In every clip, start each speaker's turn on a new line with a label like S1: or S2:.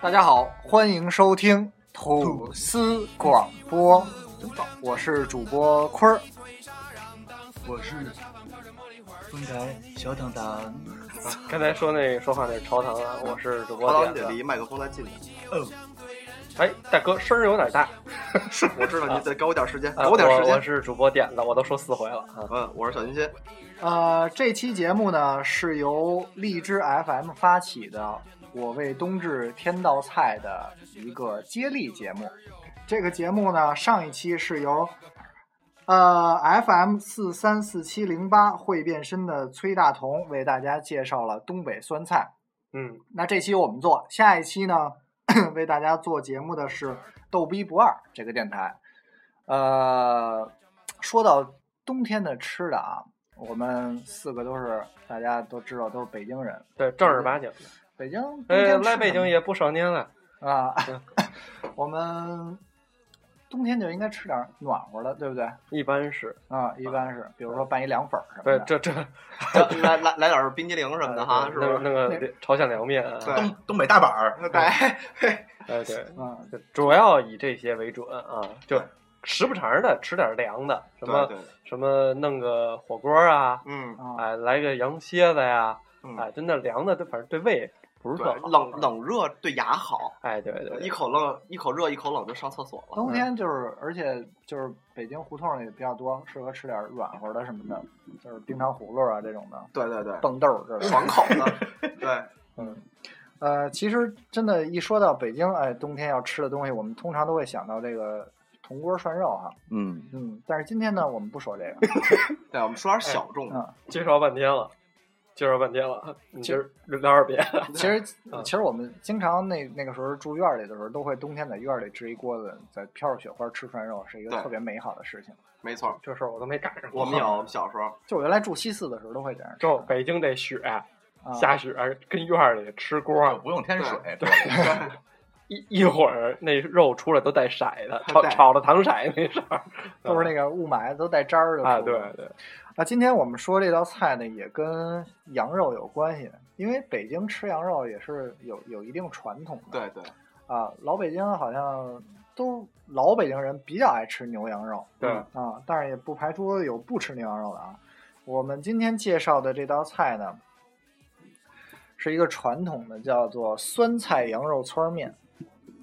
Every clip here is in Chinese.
S1: 大家好，欢迎收听吐司广播，我是主播坤儿。
S2: 我是丰台小糖糖。
S3: 刚才说那说话那是朝堂啊，我是主播
S4: 曹导，
S3: 点
S4: 你得
S3: 子。
S4: 离麦克风再近点。
S2: 哦，
S3: 哎，大哥声儿有点大，
S4: 是，我知道，你再给我点时间，给
S3: 啊
S4: 我点时
S3: 我我
S4: 间。
S3: 是主播点子，我都说四回了啊。
S4: 嗯，我是小金仙。
S1: 呃，这期节目呢是由荔枝 FM 发起的，我为冬至添道菜的一个接力节目。这个节目呢，上一期是由呃 FM 四三四七零八会变身的崔大同为大家介绍了东北酸菜。
S3: 嗯，
S1: 那这期我们做，下一期呢， 为大家做节目的是逗逼不二这个电台。呃，说到冬天的吃的啊，我们四个都是大家都知道，都是北京人。
S3: 对，正儿八经的。
S1: 北京冬天吃
S3: 哎，
S1: 什么
S3: 来北京也不少年了。
S1: 啊， 我们冬天就应该吃点暖和的，对不对？
S3: 一般是
S1: 啊，一般是比如说拌一凉粉儿什么
S3: 对
S1: 的。
S3: 这这
S4: 来来来点冰激凌什么的哈，
S3: 那
S4: 啊是不
S3: 个
S4: 是？
S3: 那个朝鲜凉面啊，
S4: 对
S2: 哎东东北大板儿，
S4: 来，
S3: 哎对，
S1: 嗯，
S3: 就主要以这些为准啊，就时不常的吃点凉的，什么
S4: 对对，
S3: 什么弄个火锅啊，
S4: 嗯
S1: 啊，
S3: 哎来个羊蝎子呀，
S4: 嗯，
S3: 哎真的凉的，对，反正对胃不是特
S4: 对，
S3: 好。
S4: 冷冷热对牙好，
S3: 哎对对
S4: 一
S3: 对，
S4: 口冷一口热一口冷就上厕所了。
S2: 哦
S1: 冬天就是，而且就是北京胡同里比较多，适合吃点软和的什么的，就是冰糖葫芦啊这种的，
S4: 对对对，
S1: 蹦豆儿这种。
S4: 爽口 的。对，
S1: 呃，其实真的，一说到北京，哎，冬天要吃的东西，我们通常都会想到这个铜锅涮肉哈。
S4: 嗯，
S1: 嗯，但是今天呢，我们不说这个。
S4: 对，我们
S2: 哎
S4: 说点小众的。
S1: 嗯，
S3: 介绍半天了，介绍半天了，你今儿聊点别的。
S1: 其实
S4: 嗯
S1: 其实我们经常那那个时候住院里的时候，都会冬天在院里支一锅子，在飘着雪花吃涮肉，是一个
S4: 对
S1: 特别美好的事情。
S4: 没
S2: 嗯
S4: 错，
S3: 这事儿我都没赶上过。
S4: 我们有，我们小时候
S1: 就我原来住西四的时候，都会这样吃
S3: 就北京这雪，
S1: 啊。
S3: 下雪跟院儿里吃
S2: 就
S3: 锅，
S2: 不用添水，对，
S3: 一一会儿那肉出来都带色的，炒
S4: 带
S3: 炒的糖色那事儿，
S1: 都是那个雾霾，都带渣儿的出
S3: 啊，
S1: 来
S3: 对
S1: 了
S3: 对，
S1: 那今天我们说这道菜呢，也跟羊肉有关系，因为北京吃羊肉也是有有一定传统的。
S4: 对对
S1: 啊，老北京好像都老北京人比较爱吃牛羊肉，
S3: 对
S1: 啊，但是也不排除有不吃牛羊肉的啊。我们今天介绍的这道菜呢，是一个传统的叫做酸菜羊肉汆面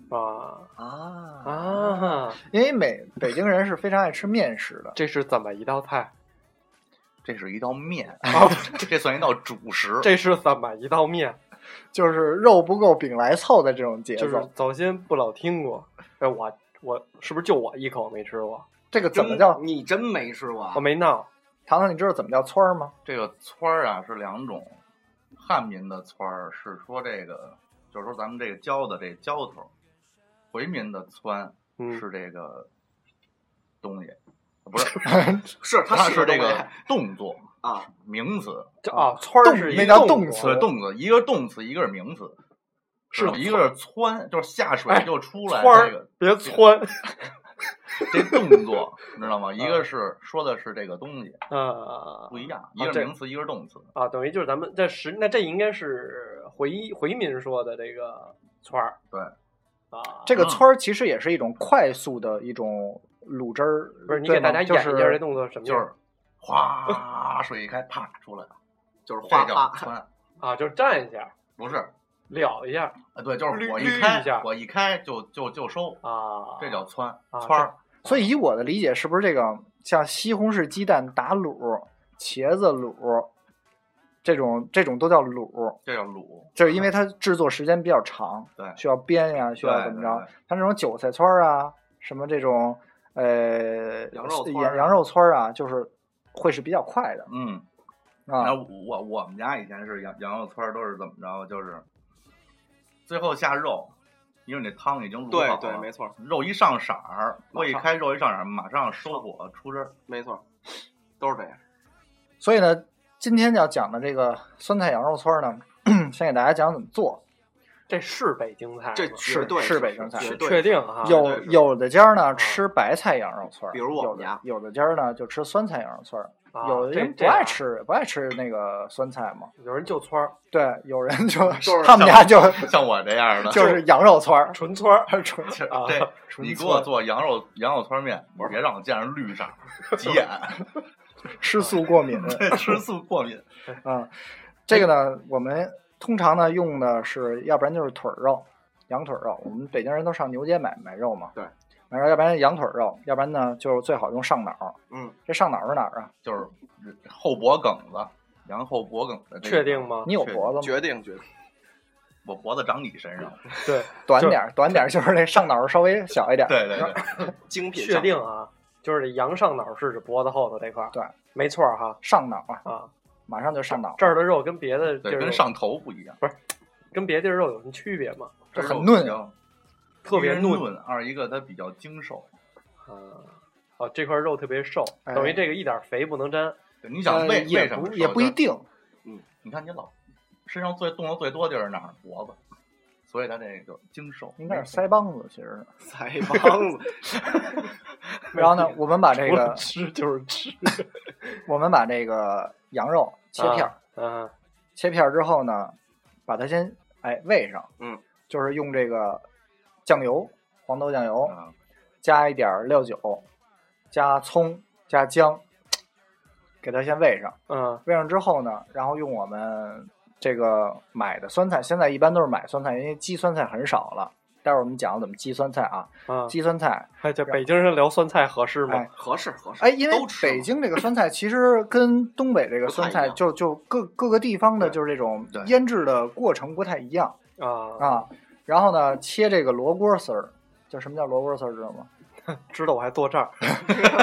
S3: 啊
S1: 啊，
S3: 啊，
S1: 因为美北京人是非常爱吃面食的。
S3: 这是怎么一道 菜？啊
S2: 这是一道面， 这算一道主食。
S3: 这是怎么一道面？
S1: 就是肉不够饼来凑的这种节奏，
S3: 就是早先不老听过，哎，我我是不是就我一口没吃过？
S1: 这个
S4: 真
S1: 怎么
S3: 嗯
S1: 叫？
S4: 你真没吃过啊
S3: 我？没闹，
S1: 糖糖，你知道怎么叫汆儿吗？
S2: 这个汆儿啊是两种，汉民的汆儿是说这个，就是说咱们这个浇的这浇头，回民的汆
S3: 嗯，
S2: 是这个东西，不是，
S4: 是，
S2: 它
S4: 是
S2: 是这个动作
S4: 啊，
S2: 名词，
S3: 这啊，村儿
S1: 动
S3: 是一
S1: 那叫动
S3: 作
S1: 词
S2: 对，动词，一个是动词，一个是名词，
S3: 是
S2: 吧一个是窜，就是下水就出来
S3: 村
S2: 这
S3: 儿
S2: 个、
S3: 别窜，
S2: 这动作，你知道吗？一个是说的是这个东西
S3: 啊，
S2: 不一样，一
S3: 啊
S2: 个
S3: 这
S2: 是名词，一个是动词，
S3: 啊，等于就是咱们这实那这应该是回回民说的这个串儿，
S2: 对
S3: 啊，
S1: 这个
S2: 嗯
S1: 汆儿其实也是一种快速的一种卤汁儿，
S3: 不是你
S1: 对
S3: 给大
S1: 吗
S3: 家
S1: 就
S3: 演一下这
S1: 是
S3: 动作是什么
S2: 就
S3: 样
S2: 是哗，水一开，啪出来了，
S4: 就是
S2: 这
S4: 花
S2: 叫
S4: 花，
S2: 窜，
S3: 啊，就是站一下，
S2: 不是
S3: 撩一下
S2: 啊，对，就是火
S3: 捋捋
S2: 一
S3: 一
S2: 开
S3: 下，
S2: 火一开就就就收，
S3: 啊，
S2: 这叫窜
S3: 啊
S2: 窜儿，
S1: 所以以我的理解，是不是这个像西红柿鸡蛋打卤，茄子卤，这种这种都叫卤，
S2: 这叫卤，
S1: 就是
S3: 嗯
S1: 因为它制作时间比较长，
S2: 对
S1: 需要煸呀、需要
S2: 对
S1: 怎么
S2: 对
S1: 着
S2: 对？
S1: 它这种韭菜串儿啊，什么这种呃
S4: 羊肉
S1: 是
S4: 串儿啊
S1: 羊肉串儿啊，就是会是比较快的
S2: 嗯，然
S1: 啊。
S2: 后我我们家以前是羊羊肉串儿都是怎么着，就是最后下肉，因为你汤已经卤好
S4: 对对，
S2: 了，
S4: 没错
S2: 肉一上色儿，
S4: 马
S2: 锅一
S4: 上
S2: 开，肉一上色儿，马上收火出汁儿。
S4: 没错，都是这样。
S1: 所以呢，今天要讲的这个酸菜羊肉串儿呢， 先给大家讲怎么做。
S3: 这是北京菜吗，
S4: 这绝对
S1: 是北京菜
S4: 绝对
S3: 确定哈？
S1: 有
S4: 对是啊
S1: 有的家儿呢吃白菜羊肉串儿，
S4: 比如我
S1: 有
S4: 们
S1: 的
S4: 家
S1: 有的家儿呢就吃酸菜羊肉串儿，
S3: 啊
S1: 有的
S3: 这
S1: 人
S3: 这
S1: 不爱
S3: 样
S1: 吃不爱吃那个酸菜嘛。
S3: 有人就村儿，
S1: 对，有人就
S4: 就是
S1: 他们家就
S2: 像我这样的，
S1: 就是羊肉串儿，
S3: 纯村儿，
S1: 纯
S2: 这
S3: 啊
S2: 这
S1: 纯
S2: 你给
S1: 村
S2: 我
S1: 儿
S2: 做羊肉羊肉串面，别让我见着绿色，急眼，
S1: 吃素过敏
S2: 吃素过敏。
S1: 啊。这个呢，我们通常呢用的是，要不然就是腿儿肉，羊腿儿肉。我们北京人都上牛街买买肉嘛，
S4: 对，
S1: 买肉，要不然羊腿儿肉，要不然呢就最好用上脑儿。
S4: 嗯，
S1: 这上脑儿是哪儿啊？
S2: 就是后脖梗子，羊后脖梗子。
S3: 确定？吗？
S1: 你有
S2: 是
S1: 脖子吗？
S4: 决定决定。
S2: 我脖子长你身上。
S3: 对，
S1: 短
S3: 就
S1: 点儿，短点儿就是那上脑儿稍微小一点儿。
S2: 对对对，
S4: 精品
S3: 确定啊，就是这羊上脑是指脖子后头这块儿，
S1: 对，
S3: 没错儿哈
S1: 上脑啊，
S3: 啊，
S1: 马上就上脑，
S3: 这儿的肉跟别的地
S2: 对，
S3: 儿
S2: 跟
S3: 有
S2: 上头不一样，
S3: 跟别地儿肉有什么区别吗？
S1: 就很
S2: 肉
S1: 嫩
S2: 比较，
S3: 特别
S2: 一是
S3: 嫩
S2: 嫩。二一个它比较精瘦。
S3: 嗯，哦，这块肉特别瘦，
S1: 哎
S3: 等于这个一点肥不能沾。
S2: 对你
S1: 呃
S2: 想为为
S1: 也
S2: 什
S1: 不
S2: 么
S1: 也不一
S2: 定。
S1: 定，
S2: 你看你老身上最动的最多地儿是哪儿？脖子，所以它这个精瘦。
S1: 应该是腮帮子，其实。
S4: 腮帮子，
S1: 然后呢，我们把这
S3: 除了
S1: 个
S3: 吃就是吃。
S1: 我们把这个羊肉切片
S2: 啊
S1: 儿，
S3: 嗯，
S1: 切片儿之后呢，把它先哎喂上，
S4: 嗯，
S1: 就是用这个酱油，黄豆酱
S4: 嗯
S1: 油，
S2: 啊，
S1: 加一点儿料酒，加葱，加姜，给它先喂上。
S3: 嗯
S1: 喂上之后呢，然后用我们这个买的酸菜，现在一般都是买酸菜，因为鸡酸菜很少了。待会儿我们讲怎么鸡酸菜啊，
S3: 嗯，
S1: 鸡酸菜，
S3: 哎，这北京人聊酸菜合适吗
S1: 哎？
S4: 合适合适。
S1: 哎，因为
S4: 都吃嘛
S1: 北京这个酸菜其实跟东北这个酸
S4: 不太一
S1: 菜
S4: 样
S1: 就就各各个地方的
S4: 对
S1: 就是这种
S2: 对
S1: 腌制的过程不太一样
S3: 啊，
S1: 啊。然后呢，切这个罗锅丝儿，就什么叫罗锅丝儿知道吗？
S3: 知道我还坐这儿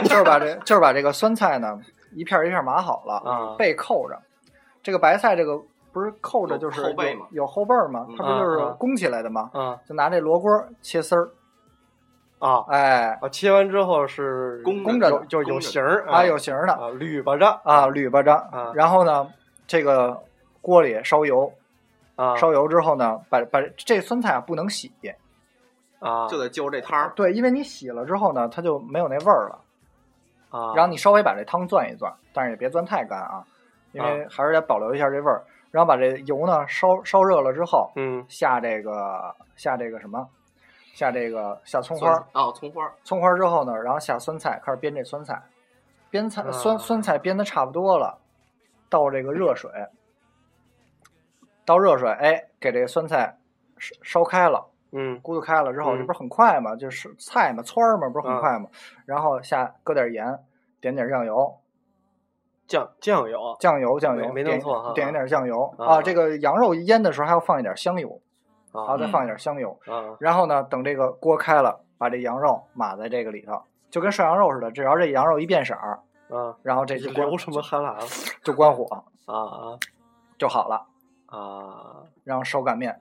S1: 就是把这就是把这个酸菜呢一片儿一片儿码好了，
S3: 啊。
S1: 背扣着。这个白菜这个不是扣着就是
S4: 有后背吗
S1: 有有后背儿吗？
S4: 嗯
S1: 它不就是
S3: 啊啊
S1: 弓起来的吗？
S3: 嗯
S1: 就拿这罗锅切丝儿，
S3: 啊
S1: 哎，
S3: 啊，切完之后是
S4: 弓
S1: 弓着的
S3: 嗯有就有
S4: 弓着的
S3: 形儿
S1: 啊有形儿的
S3: 啊，捋巴着
S1: 啊捋巴着
S3: 啊，
S1: 然后呢这个锅里烧油，
S3: 啊
S1: 烧油之后呢，把把这酸菜啊不能洗，
S3: 啊，
S4: 就得就这摊儿，
S1: 对，因为你洗了之后呢，它就没有那味儿了。
S3: 啊，
S1: 然后你稍微把这汤攥一攥，但是也别攥太干啊，因为还是得保留一下这味儿。然后把这油呢烧烧热了之后，
S3: 嗯
S1: 下这个下这个什么，下这个下葱花
S4: 蒜
S1: 儿，
S4: 哦，葱花儿
S1: 葱花儿之后呢，然后下酸菜，开始煸这酸菜，煸菜
S3: 啊
S1: 酸酸菜煸的差不多了，倒这个热水，倒热水，哎，给这个酸菜烧烧开了。
S3: 嗯
S1: 咕嘟开了之后，
S3: 嗯啊
S1: 这不是很快吗？就是菜嘛，汆儿嘛，不是很快吗？然后下搁点盐，点点酱油，
S3: 酱酱油
S1: 酱油，酱油，
S3: 没没弄
S1: 点
S3: 错哈
S1: 点一点酱油
S3: 啊
S1: 啊。这个羊肉腌的时候还要放一点香油，然
S3: 啊
S1: 后再放一点香油。
S3: 啊
S1: 然后呢，等这个锅开了，把这羊肉码在这个里头，就跟涮羊肉似的。只要这羊肉一变色儿，
S3: 啊，
S1: 然后这
S3: 你
S1: 就关
S3: 流什么哈喇
S1: 就关火
S3: 啊
S1: 就好了，
S3: 啊啊！
S1: 然后手擀面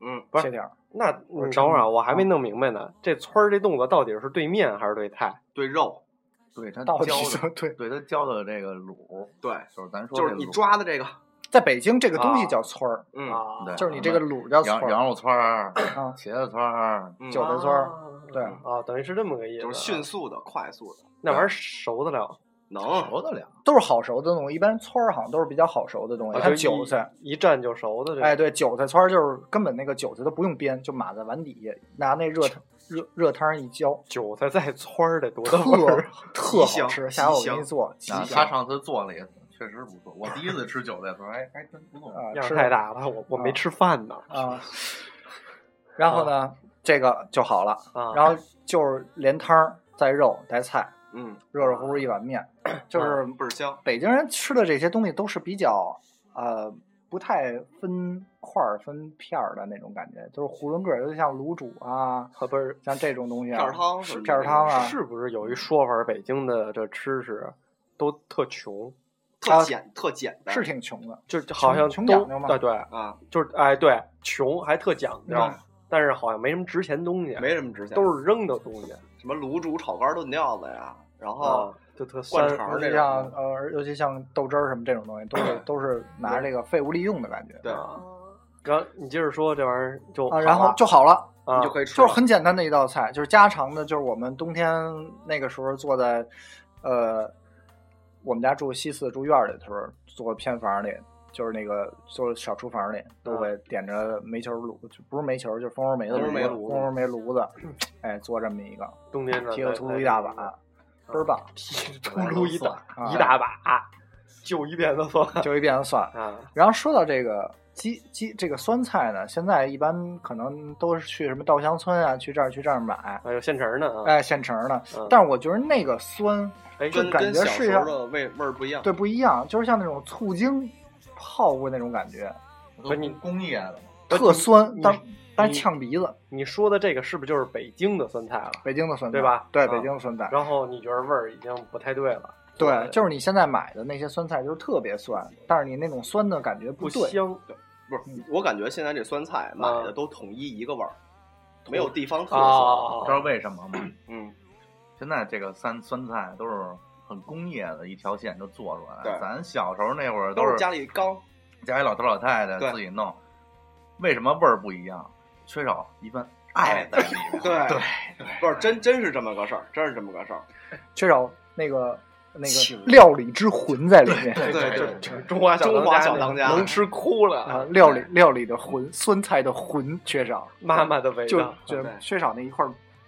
S4: 嗯，
S3: 不是
S1: 切点儿。
S3: 那
S1: 我
S3: 你
S1: 真
S3: 等会儿
S1: 的
S3: 啊，我还没弄明白呢，这村儿这动作到底是对面还是对菜？
S4: 对肉，
S2: 对它
S1: 到底
S2: 浇
S1: 说
S2: 的，
S1: 哦对，
S2: 对它浇的这个卤，
S4: 对，
S2: 就是咱说
S4: 就是你抓的这个，
S1: 在北京这个东西
S3: 啊
S1: 叫村儿，
S4: 嗯，
S3: 啊
S2: 对
S1: 就是你这个卤叫村
S2: 羊
S1: 儿
S2: 羊肉串
S1: 啊，
S2: 儿、茄子串儿，
S4: 嗯
S1: 韭菜村儿，对
S3: 啊，等于是这么个意思，
S4: 就是迅，速的、快速的，
S3: 那玩意儿熟得了，
S4: 能
S2: 熟得了。
S1: 都是好熟的东西，一般村儿好像都是比较好熟的东西，
S3: 啊
S1: 像
S3: 就
S1: 韭
S3: 一
S1: 菜。
S3: 一蘸就熟的这，
S1: 哎，，对，韭菜川儿就是根本那个韭菜都不用煸，就码在碗底下，拿那热汤热热汤一浇，
S3: 韭菜在村儿得多大味
S1: 特
S3: 儿？
S1: 特
S4: 极
S1: 好
S4: 香
S1: 吃。下回我
S4: 极
S1: 给你
S4: 香
S1: 做，极
S2: 啊他
S1: 香
S2: 上次做了一次，确实不错。我第一次吃韭菜串儿，哎，还真不错。
S1: 啊，
S3: 样
S1: 吃
S3: 儿太大了，我我没吃饭呢
S1: 啊。然后呢，这个就好了，
S3: 啊，
S1: 然后就是连汤儿带肉带菜，
S4: 嗯，
S1: 热热乎乎一碗面，就是
S4: 倍儿香。
S1: 北京人吃的这些东西都是比较呃不太分块儿分片儿的那种感觉，就是囫囵个儿，就像卤煮啊，
S3: 可不是，
S1: 像这种东西
S4: 片
S1: 啊
S4: 儿，汤什么的
S1: 片儿汤啊，
S3: 是不是有一说法，北京的这吃食都特穷，
S1: 啊
S4: 特简特简单，
S1: 是挺穷的。
S3: 就好像
S1: 穷
S3: 都
S1: 讲究嘛
S3: 对对，
S4: 啊，
S3: 就是哎对，穷还特讲究
S1: 嗯，
S3: 但是好像没什么值钱东西，
S4: 没什么值钱，
S3: 都是扔的东西
S4: 什么卤煮、炒肝、炖料子呀，然后
S3: 啊，就特
S4: 灌
S3: 酸
S4: 肠
S1: 尤
S4: 儿这
S1: 其
S4: 种
S1: 像
S4: 的，
S1: 呃，尤其像豆汁儿什么这种东西，都 是都是拿这个废物利用的感觉
S4: 对，
S3: 啊。然后你接着说这玩意儿就
S1: 啊，然
S3: 好
S1: 后
S3: 了
S1: 就好了。
S3: 啊
S4: 你就可以吃
S1: 就
S4: 了。
S1: 是很简单的一道菜，就是家常的，就是我们冬天那个时候坐在，呃，我们家住西四住院儿里的时候，坐偏房里，就是那个坐小厨房里，
S4: 啊
S1: 都会点着煤球炉，就不是煤球，就是蜂窝煤的
S4: 蜂窝煤
S1: 炉
S4: 炉
S1: 子，
S4: 子
S1: 蜂窝煤炉 子，哎，做这么一个，
S3: 冬天呢
S1: 提了
S3: 在
S1: 秃
S3: 在
S1: 噜一大把
S3: 这个，
S1: 倍儿棒，
S3: 提 秃噜一大
S1: 啊
S3: 一大把，就一遍的饭
S4: 嗯
S1: 就一遍就算了。
S3: 啊，
S1: 然后说到这个鸡鸡这个酸菜呢，现在一般可能都是去什么稻香村啊，去这儿去这儿买，
S3: 还有现成的啊，
S1: 哎，现成的
S3: 嗯。
S1: 但是我觉得那个酸。
S3: 哎，
S1: 就
S4: 跟
S1: 感
S4: 跟
S1: 觉
S4: 小
S1: 是
S4: 时
S1: 要
S4: 候的味味儿不一样，
S1: 对，不一样，就是像那种醋精泡过那种感觉，
S2: 都
S3: 不是你
S2: 工业的，
S1: 啊
S3: 不是
S1: 特酸，
S3: 哎你
S1: 但但
S3: 你
S1: 是呛鼻子。
S3: 你说的这个是不是就是北京的酸菜了？
S1: 北京的酸菜，
S3: 对吧
S1: 对，
S3: 嗯
S1: 北京的酸菜，
S3: 然后你觉得味儿已经不太对了，
S1: 对，就是你现在买的那些酸菜，就是特别酸，但是你那种酸的感觉
S3: 不
S1: 对。
S3: 香，
S4: 不是？我感觉现在这酸菜买的都统一一个味儿，没有地方特色。
S3: 啊
S2: 知道为什么吗？
S4: 嗯，
S2: 现在这个三酸菜都是很工业的，一条线就做出来了。
S4: 对
S2: 咱小时候那会儿
S4: 都
S2: 是
S4: 是家里刚
S2: 家里老头老太太
S4: 对
S2: 自己弄，为什么味儿不一样？缺少一份爱 在里面。
S4: 对
S2: 对，
S4: 不是真真是这么个事儿，真是这么个事儿。
S1: 缺少那个那个
S4: 情
S1: 料理之魂在里面
S4: 对对
S3: 这
S4: 对
S3: 这中华
S4: 中华小
S3: 当
S4: 当家
S3: 能吃哭了
S1: 啊，料理料理的魂，酸菜的魂缺少，
S3: 妈妈的味
S1: 就
S3: 道，啊
S1: 就
S4: 对
S1: 缺少那一块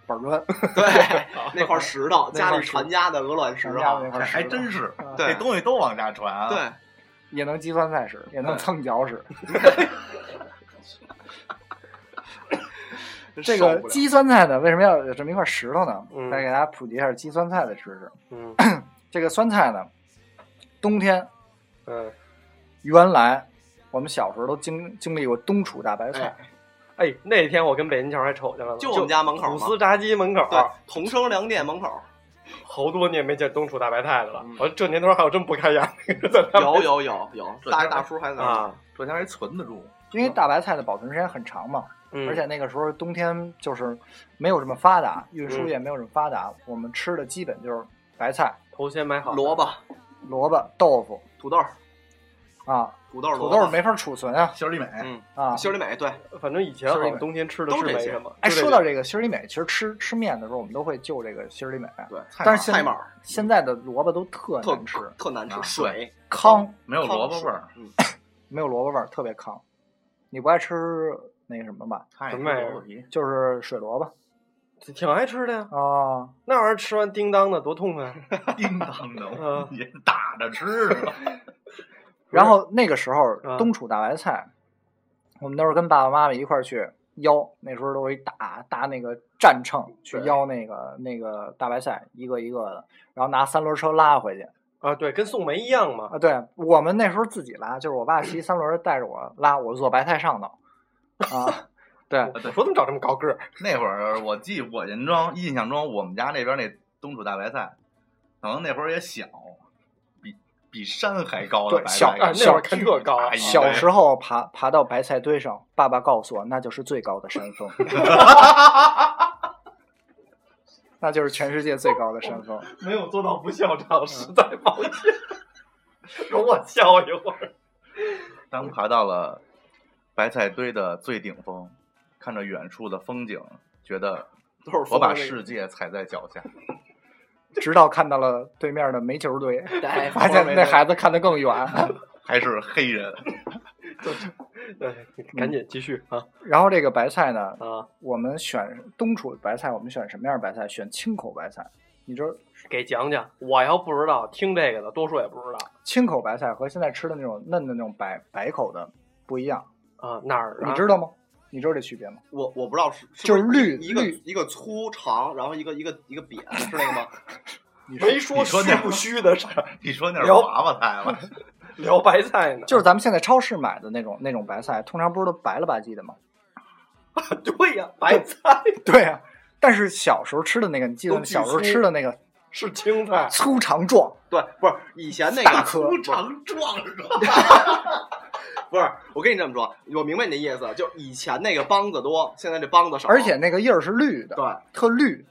S1: 板砖，
S4: 对，那块石头，
S1: 那
S4: 家
S1: 块
S4: 里
S1: 石
S4: 传家的鹅卵 石
S1: 石
S4: 啊
S1: 头那，块
S2: 还
S1: 石头
S2: 还真是，
S1: 啊
S4: 对
S2: 这东西都往下传啊。
S4: 对，
S1: 也能鸡酸菜使，也能
S4: 对
S1: 蹭脚使。
S4: 真
S1: 这
S4: 受
S1: 个
S4: 不了
S1: 鸡酸菜呢，为什么要有这么一块石头呢？
S3: 嗯
S1: 再给大家普及一下鸡酸菜的知识。
S3: 嗯
S1: 这个酸菜呢，冬天
S3: 嗯，
S1: 原来我们小时候都经经历过冬储大白菜，
S3: 哎，那天我跟北京桥还瞅见了呢，
S4: 就我们家门口
S3: 土
S4: 嘛
S3: 司炸鸡门口，
S4: 对，同生粮店门口
S3: 好多年没见东楚大白菜的了
S4: 嗯。
S3: 我说这年头还有这么不看样的在那
S4: 有有有有，
S2: 这
S4: 大
S2: 家
S4: 大叔还在那儿
S3: 啊，
S2: 这家还存得住。
S1: 因为大白菜的保存时间很长嘛，
S3: 嗯
S1: 而且那个时候冬天就是没有这么发达，运输也没有这么发达，我们吃的基本就是白菜、
S3: 头先买好
S4: 萝卜、
S1: 萝卜、豆腐
S4: 土豆、
S1: 啊，
S4: 土豆、
S1: 土
S4: 萝
S1: 豆
S4: 卜
S1: 儿没法储存啊
S2: 修理美，
S4: 嗯，
S1: 啊。
S4: 修理美对，
S3: 反正以前好像冬天吃的
S4: 都
S3: 是
S4: 这
S3: 没
S4: 些
S3: 什么。
S1: 哎，
S3: 就这
S1: 说到这个心儿里美，其实吃吃面的时候，我们都会就这个心儿里美。
S4: 对，
S1: 但是现
S4: 菜码儿
S1: 现在的萝卜都特
S4: 特
S1: 难吃，
S4: 特难吃，
S2: 啊
S4: 水
S1: 糠
S2: 没有萝卜味儿，，
S4: 汤水嗯，
S1: 没有萝卜味儿，特别糠。你不爱吃那个什么吧？
S2: 菜
S3: 什么玩意儿
S2: 萝卜皮，
S1: 就是水萝卜
S3: 挺挺爱吃的呀，
S1: 啊，
S3: 那玩意儿吃完叮当的多痛快啊
S2: 叮当的，
S3: 嗯
S2: 也打着吃呢。
S1: 然后那个时候
S4: 嗯
S3: 啊
S1: 冬储大白菜，我们都是跟爸爸妈妈一块儿去邀，那时候都会打搭那个战秤去
S3: 对
S1: 邀那个那个大白菜，一个一个的，然后拿三轮车拉回去
S3: 啊！对，跟送梅一样嘛。
S1: 啊。对我们那时候自己拉，就是我爸骑三轮带着我拉，我坐白菜上头啊。对，
S3: 我说怎么长这么高个儿？
S2: 那会儿我记我印中印象中，我们家那边那冬储大白菜，可能那会儿也小，比比山还高的
S1: 对
S2: 白
S1: 小
S4: 哎
S2: 菜
S3: 啊，那会儿看特高啊，
S2: 哎呀
S1: 小时候爬爬到白菜堆上，爸爸告诉我那就是最高的山峰， 那就是全世界最高的山峰。
S3: 没有做到不笑
S2: 嗯
S3: 场，实在抱歉。容我笑一会儿。
S2: 当爬到了白菜堆的最顶峰，看着远处的风景，觉得
S4: 都是
S2: 我把
S4: 风味
S2: 世界踩在脚下。
S1: 直到看到了对面的煤球堆，
S4: 对
S1: 发现那孩子看得更远。
S2: 还是黑人，
S3: 对，
S4: 嗯
S3: 你赶紧继续啊
S1: 然后这个白菜呢，
S3: 啊！
S1: 我们选冬储白菜，我们选什么样的白菜？选青口白菜。你知道
S3: 给讲讲，我要不知道，听这个的多数也不知道
S1: 青口白菜和现在吃的那种嫩的那种白白口的不一样，
S3: 啊。哪儿啊？
S1: 你知道吗？你知道这区别吗？
S4: 我我不知道是
S1: 就是
S4: 不
S1: 绿
S4: 一个
S1: 绿
S4: 一个粗长，然后一个一个一个扁，是那个吗？
S1: 你说
S3: 没说
S2: 你说
S3: 虚
S2: 那
S3: 不虚的事儿，
S2: 你说那是
S3: 聊
S2: 娃娃菜吗？
S3: 聊白菜呢。
S1: 就是咱们现在超市买的那种那种白菜，通常不是都白了吧唧的吗？
S3: 对呀、白菜
S1: 对呀、但是小时候吃的那个，你记得
S3: 都巨
S1: 小时候
S3: 粗
S1: 吃的那个
S3: 是青菜，
S1: 粗长壮，
S4: 对，不是以前那
S1: 大
S4: 个
S1: 颗
S4: 粗长壮是吧？ 不是，我跟你这么说，我明白你的意思，就是以前那个梆子多，现在这梆子少。
S1: 而且那个叶儿是绿的，
S4: 对，
S1: 特绿。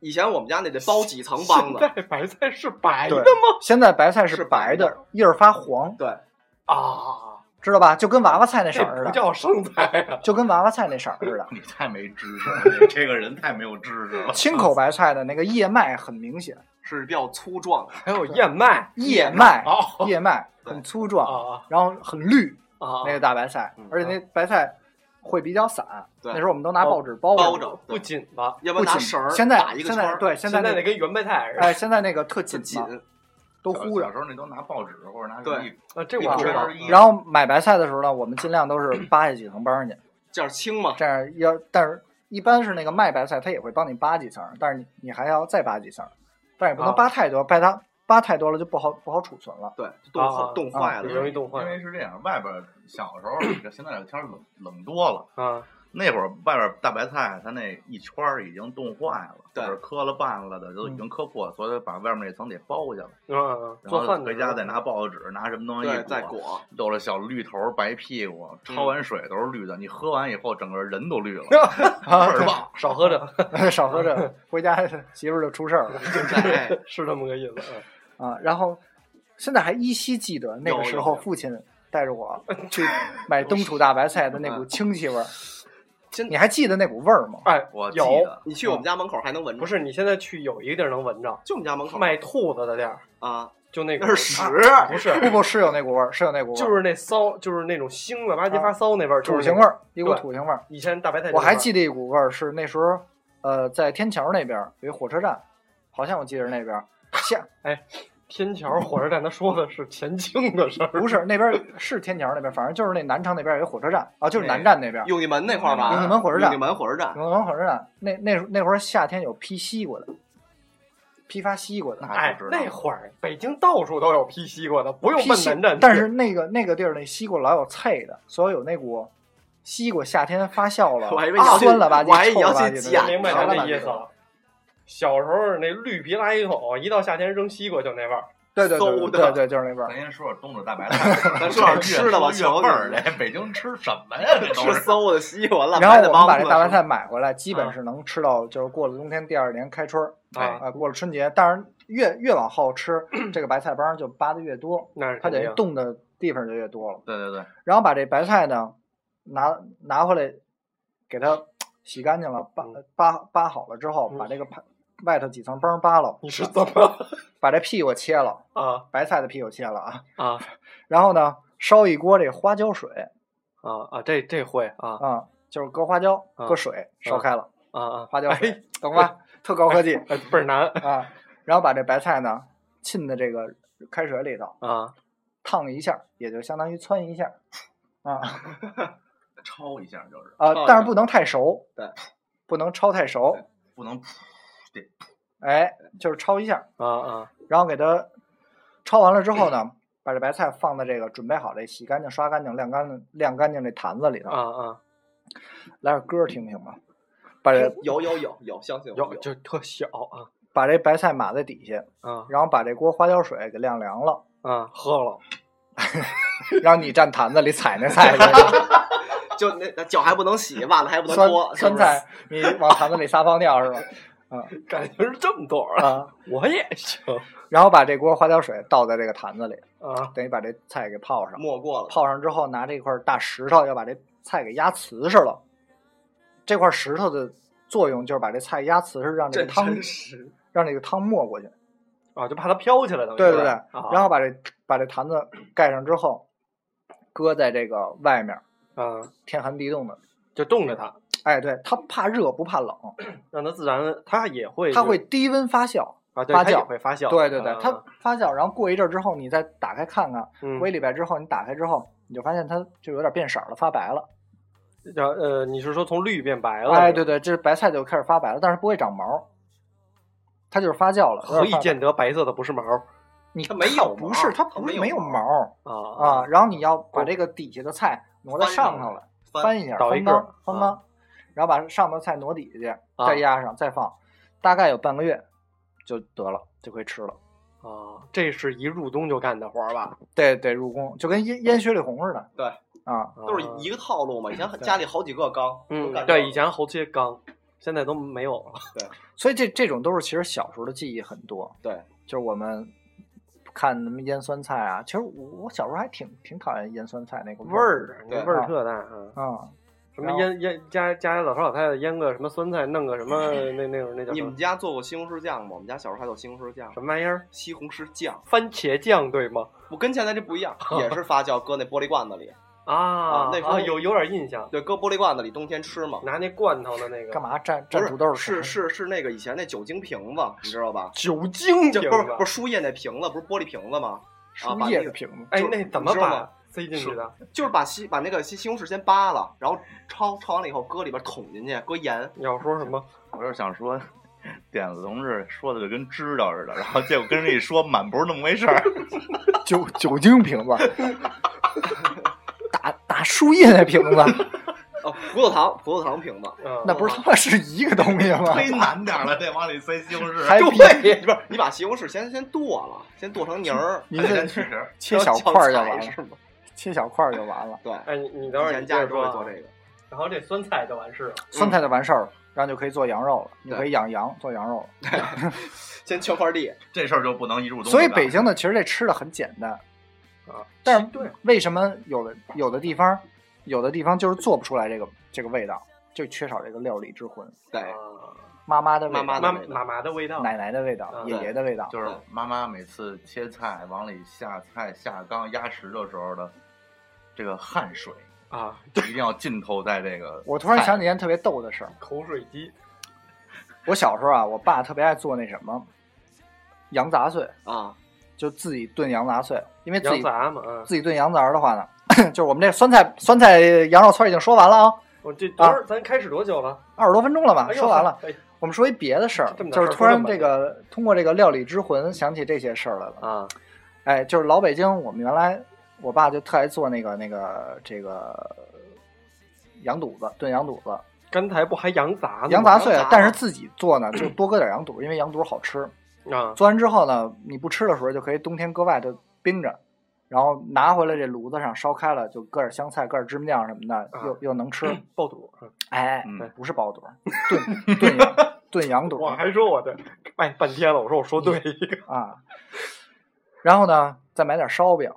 S4: 以前我们家那得包几层梆
S3: 现
S4: 子，
S3: 在白菜是白的
S1: 对
S3: 吗？
S1: 现在白菜是
S4: 是
S1: 白
S4: 白
S1: 的
S4: 的，
S1: 叶儿发黄，
S4: 对，
S3: 啊，
S1: 知道吧？就跟娃娃菜那色
S3: 这
S1: 儿似
S3: 不
S1: 的，
S3: 叫嗯生菜啊！
S1: 就跟娃娃菜那色儿似的。
S2: 你太没知识了，你这个人太没有知识 了。
S1: 青口白菜的那个叶脉很明显，
S4: 是比较粗壮的。
S3: 还有燕麦
S1: 叶脉
S3: 哦
S1: 叶脉很粗壮，
S3: 啊
S1: 然后很绿
S3: 啊！
S1: 那个大白菜
S4: 嗯，
S1: 而且那白菜会比较散。
S4: 对
S1: 那时候我们都拿
S3: 包
S1: 报纸包
S4: 包
S1: 着，
S4: 着
S3: 不紧吧？
S4: 要不
S1: 不
S4: 然拿
S1: 紧
S4: 绳儿。
S1: 现在
S4: 打一个
S1: 现
S4: 圈
S1: 在
S4: 儿，
S1: 对现在
S3: 在
S1: 那
S3: 得跟圆白菜似的。
S1: 哎现在那个特紧
S4: 紧
S1: 嘛，都
S2: 小
S1: 糊
S2: 小
S1: 着。
S2: 时候那都拿报纸或者拿
S4: 对
S2: 一
S3: 啊，这
S2: 一
S3: 我
S1: 哇
S3: 知
S2: 圈
S3: 道
S2: 儿。一
S1: 然后买白菜的时候呢，我们尽量都 是扒下几层帮去，
S4: 这样轻嘛。
S1: 这样要，但是一般是那个卖白菜，他也会帮你扒几层，但是你你还要再扒几层，但是也不能
S3: 啊
S1: 扒太多，扒它扒太多了就不好不好储存了。
S4: 对，冻
S3: 啊
S4: 坏冻
S1: 啊
S4: 坏
S3: 你容
S4: 了。
S3: 易冻坏
S2: 因为是这样，外边儿小时候比这现在这天儿冷冷多了，
S3: 啊！
S2: 那会儿外边儿大白菜它那一圈儿已经冻坏了，
S4: 对
S2: 就是磕了半了的，都已经磕破，所以把外面那层得剥下来，
S3: 嗯，
S2: 然
S3: 做
S2: 后
S3: 饭的
S2: 回
S3: 时候
S2: 家再拿报纸拿什么东西
S4: 对，再
S2: 一裹，
S4: 裹。
S2: 有了小绿头儿白屁股，焯完水都是绿的，你喝完以后整个人都绿了，倍儿棒。
S3: 少喝着，
S1: 少喝 这个，回家媳妇儿就出事儿了
S4: 哎，
S3: 是这么个意思。嗯
S1: 啊。然后现在还依稀记得那个
S4: 有
S1: 时候，
S4: 有
S1: 父亲带着我去买冬储大白菜的那股清气味儿，
S4: 真
S1: 你还记得那股味儿吗？
S3: 哎，
S2: 我记
S3: 有
S2: 得
S4: 你去
S1: 嗯
S4: 我们家门口还能闻着，
S3: 不是？你现在去有一个地儿能闻着，
S4: 就我们家门口
S3: 卖兔子的店儿，
S4: 啊，
S3: 就那个啊
S4: 那是屎。
S3: 不是，
S1: 不不，是有那股味儿，是有那股味儿，
S3: 就是那骚，就是那种腥的吧唧发骚那啊味儿，就是
S1: 土腥
S3: 那个
S1: 味。儿，一股
S3: 对
S1: 土腥味儿。
S3: 以前大白菜，
S1: 我还记得一股味儿是那时候，呃，在天桥那边儿有一火车站，好像我记得是那边儿下
S3: 天桥火车站，他说的是前清的事儿。
S1: 不是那边儿是天桥那边儿，反正就是那南昌那边儿有一火车站啊，就是南站那边儿
S4: 永定门那块儿吧？
S1: 永定门火车站
S4: 永定门火车站，
S1: 永定门火车站。那那那会儿夏天有批西瓜的，批发西瓜的，
S2: 那
S3: 哎
S2: 不知，道
S3: 那会儿北京到处都有批西瓜的，不用
S1: 批
S3: 奔
S1: 西
S3: 南站去。
S1: 但是那个那个地儿那西瓜老有脆的，所以有那股西瓜夏天发酵了，啊
S4: 我还以为你要去
S1: 酸了吧唧，
S4: 我还以为
S1: 臭
S4: 你
S1: 了
S4: 要
S1: 吧
S4: 去
S1: 唧
S4: 捡
S1: 的，
S4: 呢
S3: 明白
S1: 甜
S3: 他
S1: 了吧
S3: 那
S1: 唧
S3: 意
S1: 的
S3: 思。
S4: 啊
S3: 了。小时候那绿皮拉一口，一到夏天扔西瓜就那味儿。
S1: 对对对
S4: 馊
S1: 对
S4: 的
S1: 对对，就是那味
S2: 咱
S1: 儿。
S2: 先说说冬储大白菜，
S4: 咱说点吃的吧，
S2: 越说
S4: 求
S2: 越味儿
S4: 你
S2: 来。北京吃什么呀？这都
S4: 吃
S2: 是
S4: 馊的西瓜，烂
S1: 然后
S4: 白的
S1: 我们把
S4: 梆
S1: 这
S4: 子。嗯
S1: 大白菜买回来，基本
S3: 啊
S1: 是能吃到，就是过了冬天，第二年开春儿
S4: 哎
S3: 啊，
S1: 啊，过了春节。当然，越越往后吃这个白菜帮就扒的越多，
S3: 那是
S1: 它
S3: 肯
S1: 等于
S4: 啊
S3: 定。
S1: 冻的地方就越多了。
S2: 对对对，
S1: 然后把这白菜呢拿拿回来，给它洗干净了，扒
S3: 嗯
S1: 扒扒好了之后，
S3: 嗯
S1: 把这个盘外头几层帮扒了，
S3: 你是怎么
S1: 把这屁股切了，
S3: 啊
S1: 白菜的屁股切了啊。
S3: 啊
S1: 然后呢，烧一锅这花椒水
S3: 啊啊？这这会啊
S1: 啊、就是搁花椒、
S4: 嗯
S3: 啊
S1: 搁水烧开了，
S3: 啊啊！
S1: 花椒水
S3: 哎，
S1: 懂吧？特高 科技。
S3: 哎倍儿难
S1: 啊，然后把这白菜呢浸在这个开水里头
S3: 啊！
S1: 烫一下，也就相当于汆一下 啊
S2: 焯一下就是，
S1: 啊
S4: 烫，一
S1: 但
S4: 下
S1: 是不能太熟，
S4: 对，
S1: 不能焯太熟，
S2: 不能
S1: 哎，就是焯一下，
S3: 啊啊
S1: 然后给它焯完了之后呢，把这白菜放在这个准备好这洗干净、刷干净、晾干净、晾干净这坛子里头，
S3: 啊啊！
S1: 来首歌听听吧。把这
S4: 有有有有，相信我
S3: 有就特小啊
S1: 把这白菜码在底下，
S3: 啊
S1: 然后把这锅花椒水给晾凉了，
S3: 啊！ 喝了
S1: 然后你站坛子里踩那菜去，
S4: 就那那脚还不能洗，袜子还不能
S1: 酸
S4: 脱，
S1: 酸菜，你往坛子里撒泡尿是吧？
S3: 感情是这么多啊！
S1: 啊，
S3: 我也行
S1: 然后把这锅花椒水倒在这个坛子里，
S3: 啊
S1: 等于把这菜给泡上。
S4: 没过了。
S1: 泡上之后，拿这块大石头要把这菜给压瓷实了。这块石头的作用就是把这菜压瓷实，让这
S4: 这
S1: 个汤
S4: 真实，
S1: 让这个汤没过去。
S3: 啊！就怕它飘起来等于
S1: 对对
S3: 是
S1: 对，
S3: 啊
S1: 然后把这把这坛子盖上之后，搁在这个外面，
S3: 啊，
S1: 天寒地冻的。
S3: 就冻着它，
S1: 哎，对，它怕热不怕冷，
S3: 让它自然，它也会
S1: 它
S3: 就
S1: 会低温发酵。
S3: 啊，对，
S1: 发
S3: 它也
S1: 酵
S3: 会发酵。
S1: 对对对
S3: 啊，
S1: 它发酵，然后过一阵儿之后，你再打开看看，
S3: 嗯
S1: 过一礼拜之后，你打开之后，你就发现它就有点变色儿了，发白了。
S3: 然后
S1: 哎
S3: 呃，你是说从绿变白了？
S1: 哎，对对，这白菜就开始发白了，但是不会长毛。它就是发酵了。有
S3: 何以
S1: 点发
S3: 见得白色的不是毛儿
S1: 你
S4: 它没有
S1: 不
S4: 毛
S1: 是，它
S4: 它
S1: 不
S4: 没
S1: 是
S4: 有
S1: 没有
S4: 毛
S1: 毛儿
S3: 啊
S1: 啊，然后你要把这个底下的菜挪到
S4: 翻
S1: 上
S4: 上
S1: 头了，
S4: 翻
S1: 翻一下，
S3: 倒一
S1: 翻
S3: 个儿
S1: 缸，翻缸，然后把上头的菜挪底下去，
S3: 啊
S1: 再压上，再放，大概有半个月就得了，就可以吃了。
S3: 啊！这是一入冬就干的活儿吧？
S1: 对对，入宫就跟腌腌雪里红似的。
S4: 对
S1: 啊，
S4: 都是
S3: 啊
S4: 一个套路嘛。以前家里好几个缸，都
S3: 嗯
S4: 干，这
S3: 对，
S4: 个
S3: 以前侯街缸，现在都没有了。
S1: 所以这这种都是其实小时候的记忆很多。
S4: 对，
S1: 就是我们看什么腌酸菜啊，其实我我小时候还挺挺讨厌腌酸菜那个
S3: 味儿，
S4: 对
S3: 味儿特大啊！
S1: 啊、
S3: 什
S1: 然
S3: 么
S1: 后
S3: 腌腌家家老头老太太腌个什么酸菜，弄个 什么那那种那叫
S4: 你
S3: 什
S4: 们
S3: 么
S4: 家做过西红柿酱吗？我们家小时候还做西红柿酱，
S3: 什么玩意儿？
S4: 西红柿酱，
S3: 番茄酱对吗？
S4: 我跟现在这不一样，也是发酵，搁那玻璃罐子里，
S3: 啊
S4: 那时候
S3: 啊有有点印象，
S4: 对，搁玻璃罐子里冬天吃嘛。
S3: 拿那罐头的那个
S1: 干？嘛蘸
S4: 不
S1: 蘸土豆
S4: 是
S1: 儿吃
S4: 是是是那个以前那酒精瓶子，你知道吧？
S3: 酒精
S4: 就
S3: 瓶
S4: 不是
S3: 子
S4: 不是输液那瓶子，不是玻璃瓶子吗？啊把
S1: 输
S4: 那
S1: 液的
S4: 个
S1: 瓶子。
S3: 哎
S4: 就，是
S3: 那怎
S4: 你
S3: 么
S4: 知道
S3: 把
S4: 吗
S3: 塞进去
S4: 是
S3: 的？
S4: 就是把西把那个西西红柿先扒了，然后焯焯完了以后搁里边捅进去，搁盐。
S3: 你要说什么？
S2: 我就是想说，点子同志说的就跟知道似的，然后结果跟人一说，满不是那么回事 儿。
S1: 酒酒精瓶子，打打输液那瓶 子，
S4: 哦，葡萄糖葡萄糖瓶子，
S3: 嗯
S1: 那不是他妈是一个东西吗？
S2: 忒难点儿了，再往里塞西红柿，
S1: 还比
S4: 你不是你把西红柿先先剁了，先剁成泥儿，
S1: 你
S2: 还得
S1: 这
S2: 先去皮儿。
S1: 切小块儿就
S4: 要
S1: 完了，
S4: 是吗？
S1: 切小块儿就完了，
S4: 对，
S3: 哎，你你等会
S4: 以
S3: 儿
S4: 前
S3: 你
S4: 家里
S3: 接着
S4: 都
S3: 说
S4: 会
S3: 啊
S4: 做这个。
S3: 然后这酸菜就完事了。
S1: 酸菜就完事儿了，然后就可以做羊肉了，你
S4: 对
S1: 可以养羊做羊肉了。
S4: 先圈块地，
S2: 这事儿就不能一入冬就干。
S1: 所以北京的其实这吃的很简单
S3: 啊，
S1: 但是
S3: 对
S1: 为什么有的有的地方有的地方就是做不出来这个这个味道，就缺少这个料理之魂，
S4: 对，
S3: 啊
S1: 妈妈的味道，
S4: 妈妈的
S3: 妈
S4: 味道
S3: 妈妈的味道，
S1: 奶奶的味道
S3: 啊，
S1: 爷爷的味道，
S2: 就是妈妈每次切菜往里下菜下缸压实的时候的这个汗水，
S3: 啊，
S2: 一定要浸透在这个。
S1: 我突然想起一件特别逗的事儿，
S3: 口水鸡
S1: 我小时候啊，我爸特别爱做那什么羊杂碎，
S4: 啊，
S1: 就自己炖羊杂碎，因为自
S3: 羊
S1: 己
S3: 杂嘛，嗯，
S1: 自己炖羊杂儿的话呢， 就是我们这酸菜酸菜羊肉串已经说完了啊，
S3: 我这多少咱开始多久了？
S1: 二十多分钟了吧，
S3: 哎呦
S1: 说完了。，
S3: 哎
S1: 我们说一别的事儿
S3: 这么，点
S1: 就
S3: 事儿
S1: 是突然这个通过这个料理之魂想起这些事儿来了。
S3: 啊，
S1: 哎，就是老北京，我们原来我爸就特爱做那个那个这个羊肚子炖羊肚子，
S3: 刚才不还羊杂呢吗？
S1: 羊杂碎啊
S4: 羊杂，
S1: 但是自己做呢就多搁点羊肚，因为羊肚好吃。
S3: 啊，
S1: 做完之后呢，你不吃的时候就可以冬天搁外头冰着，然后拿回来这炉子上烧开了，就搁点香菜，搁点芝麻酱什么的，又又能吃。
S3: 爆肚。啊嗯
S1: 哎，
S2: 嗯
S1: 不是包肚，炖炖羊炖羊肚。
S3: 我还说我的，哎，半天了，我说我说对一个。
S1: 啊，然后呢，再买点烧饼，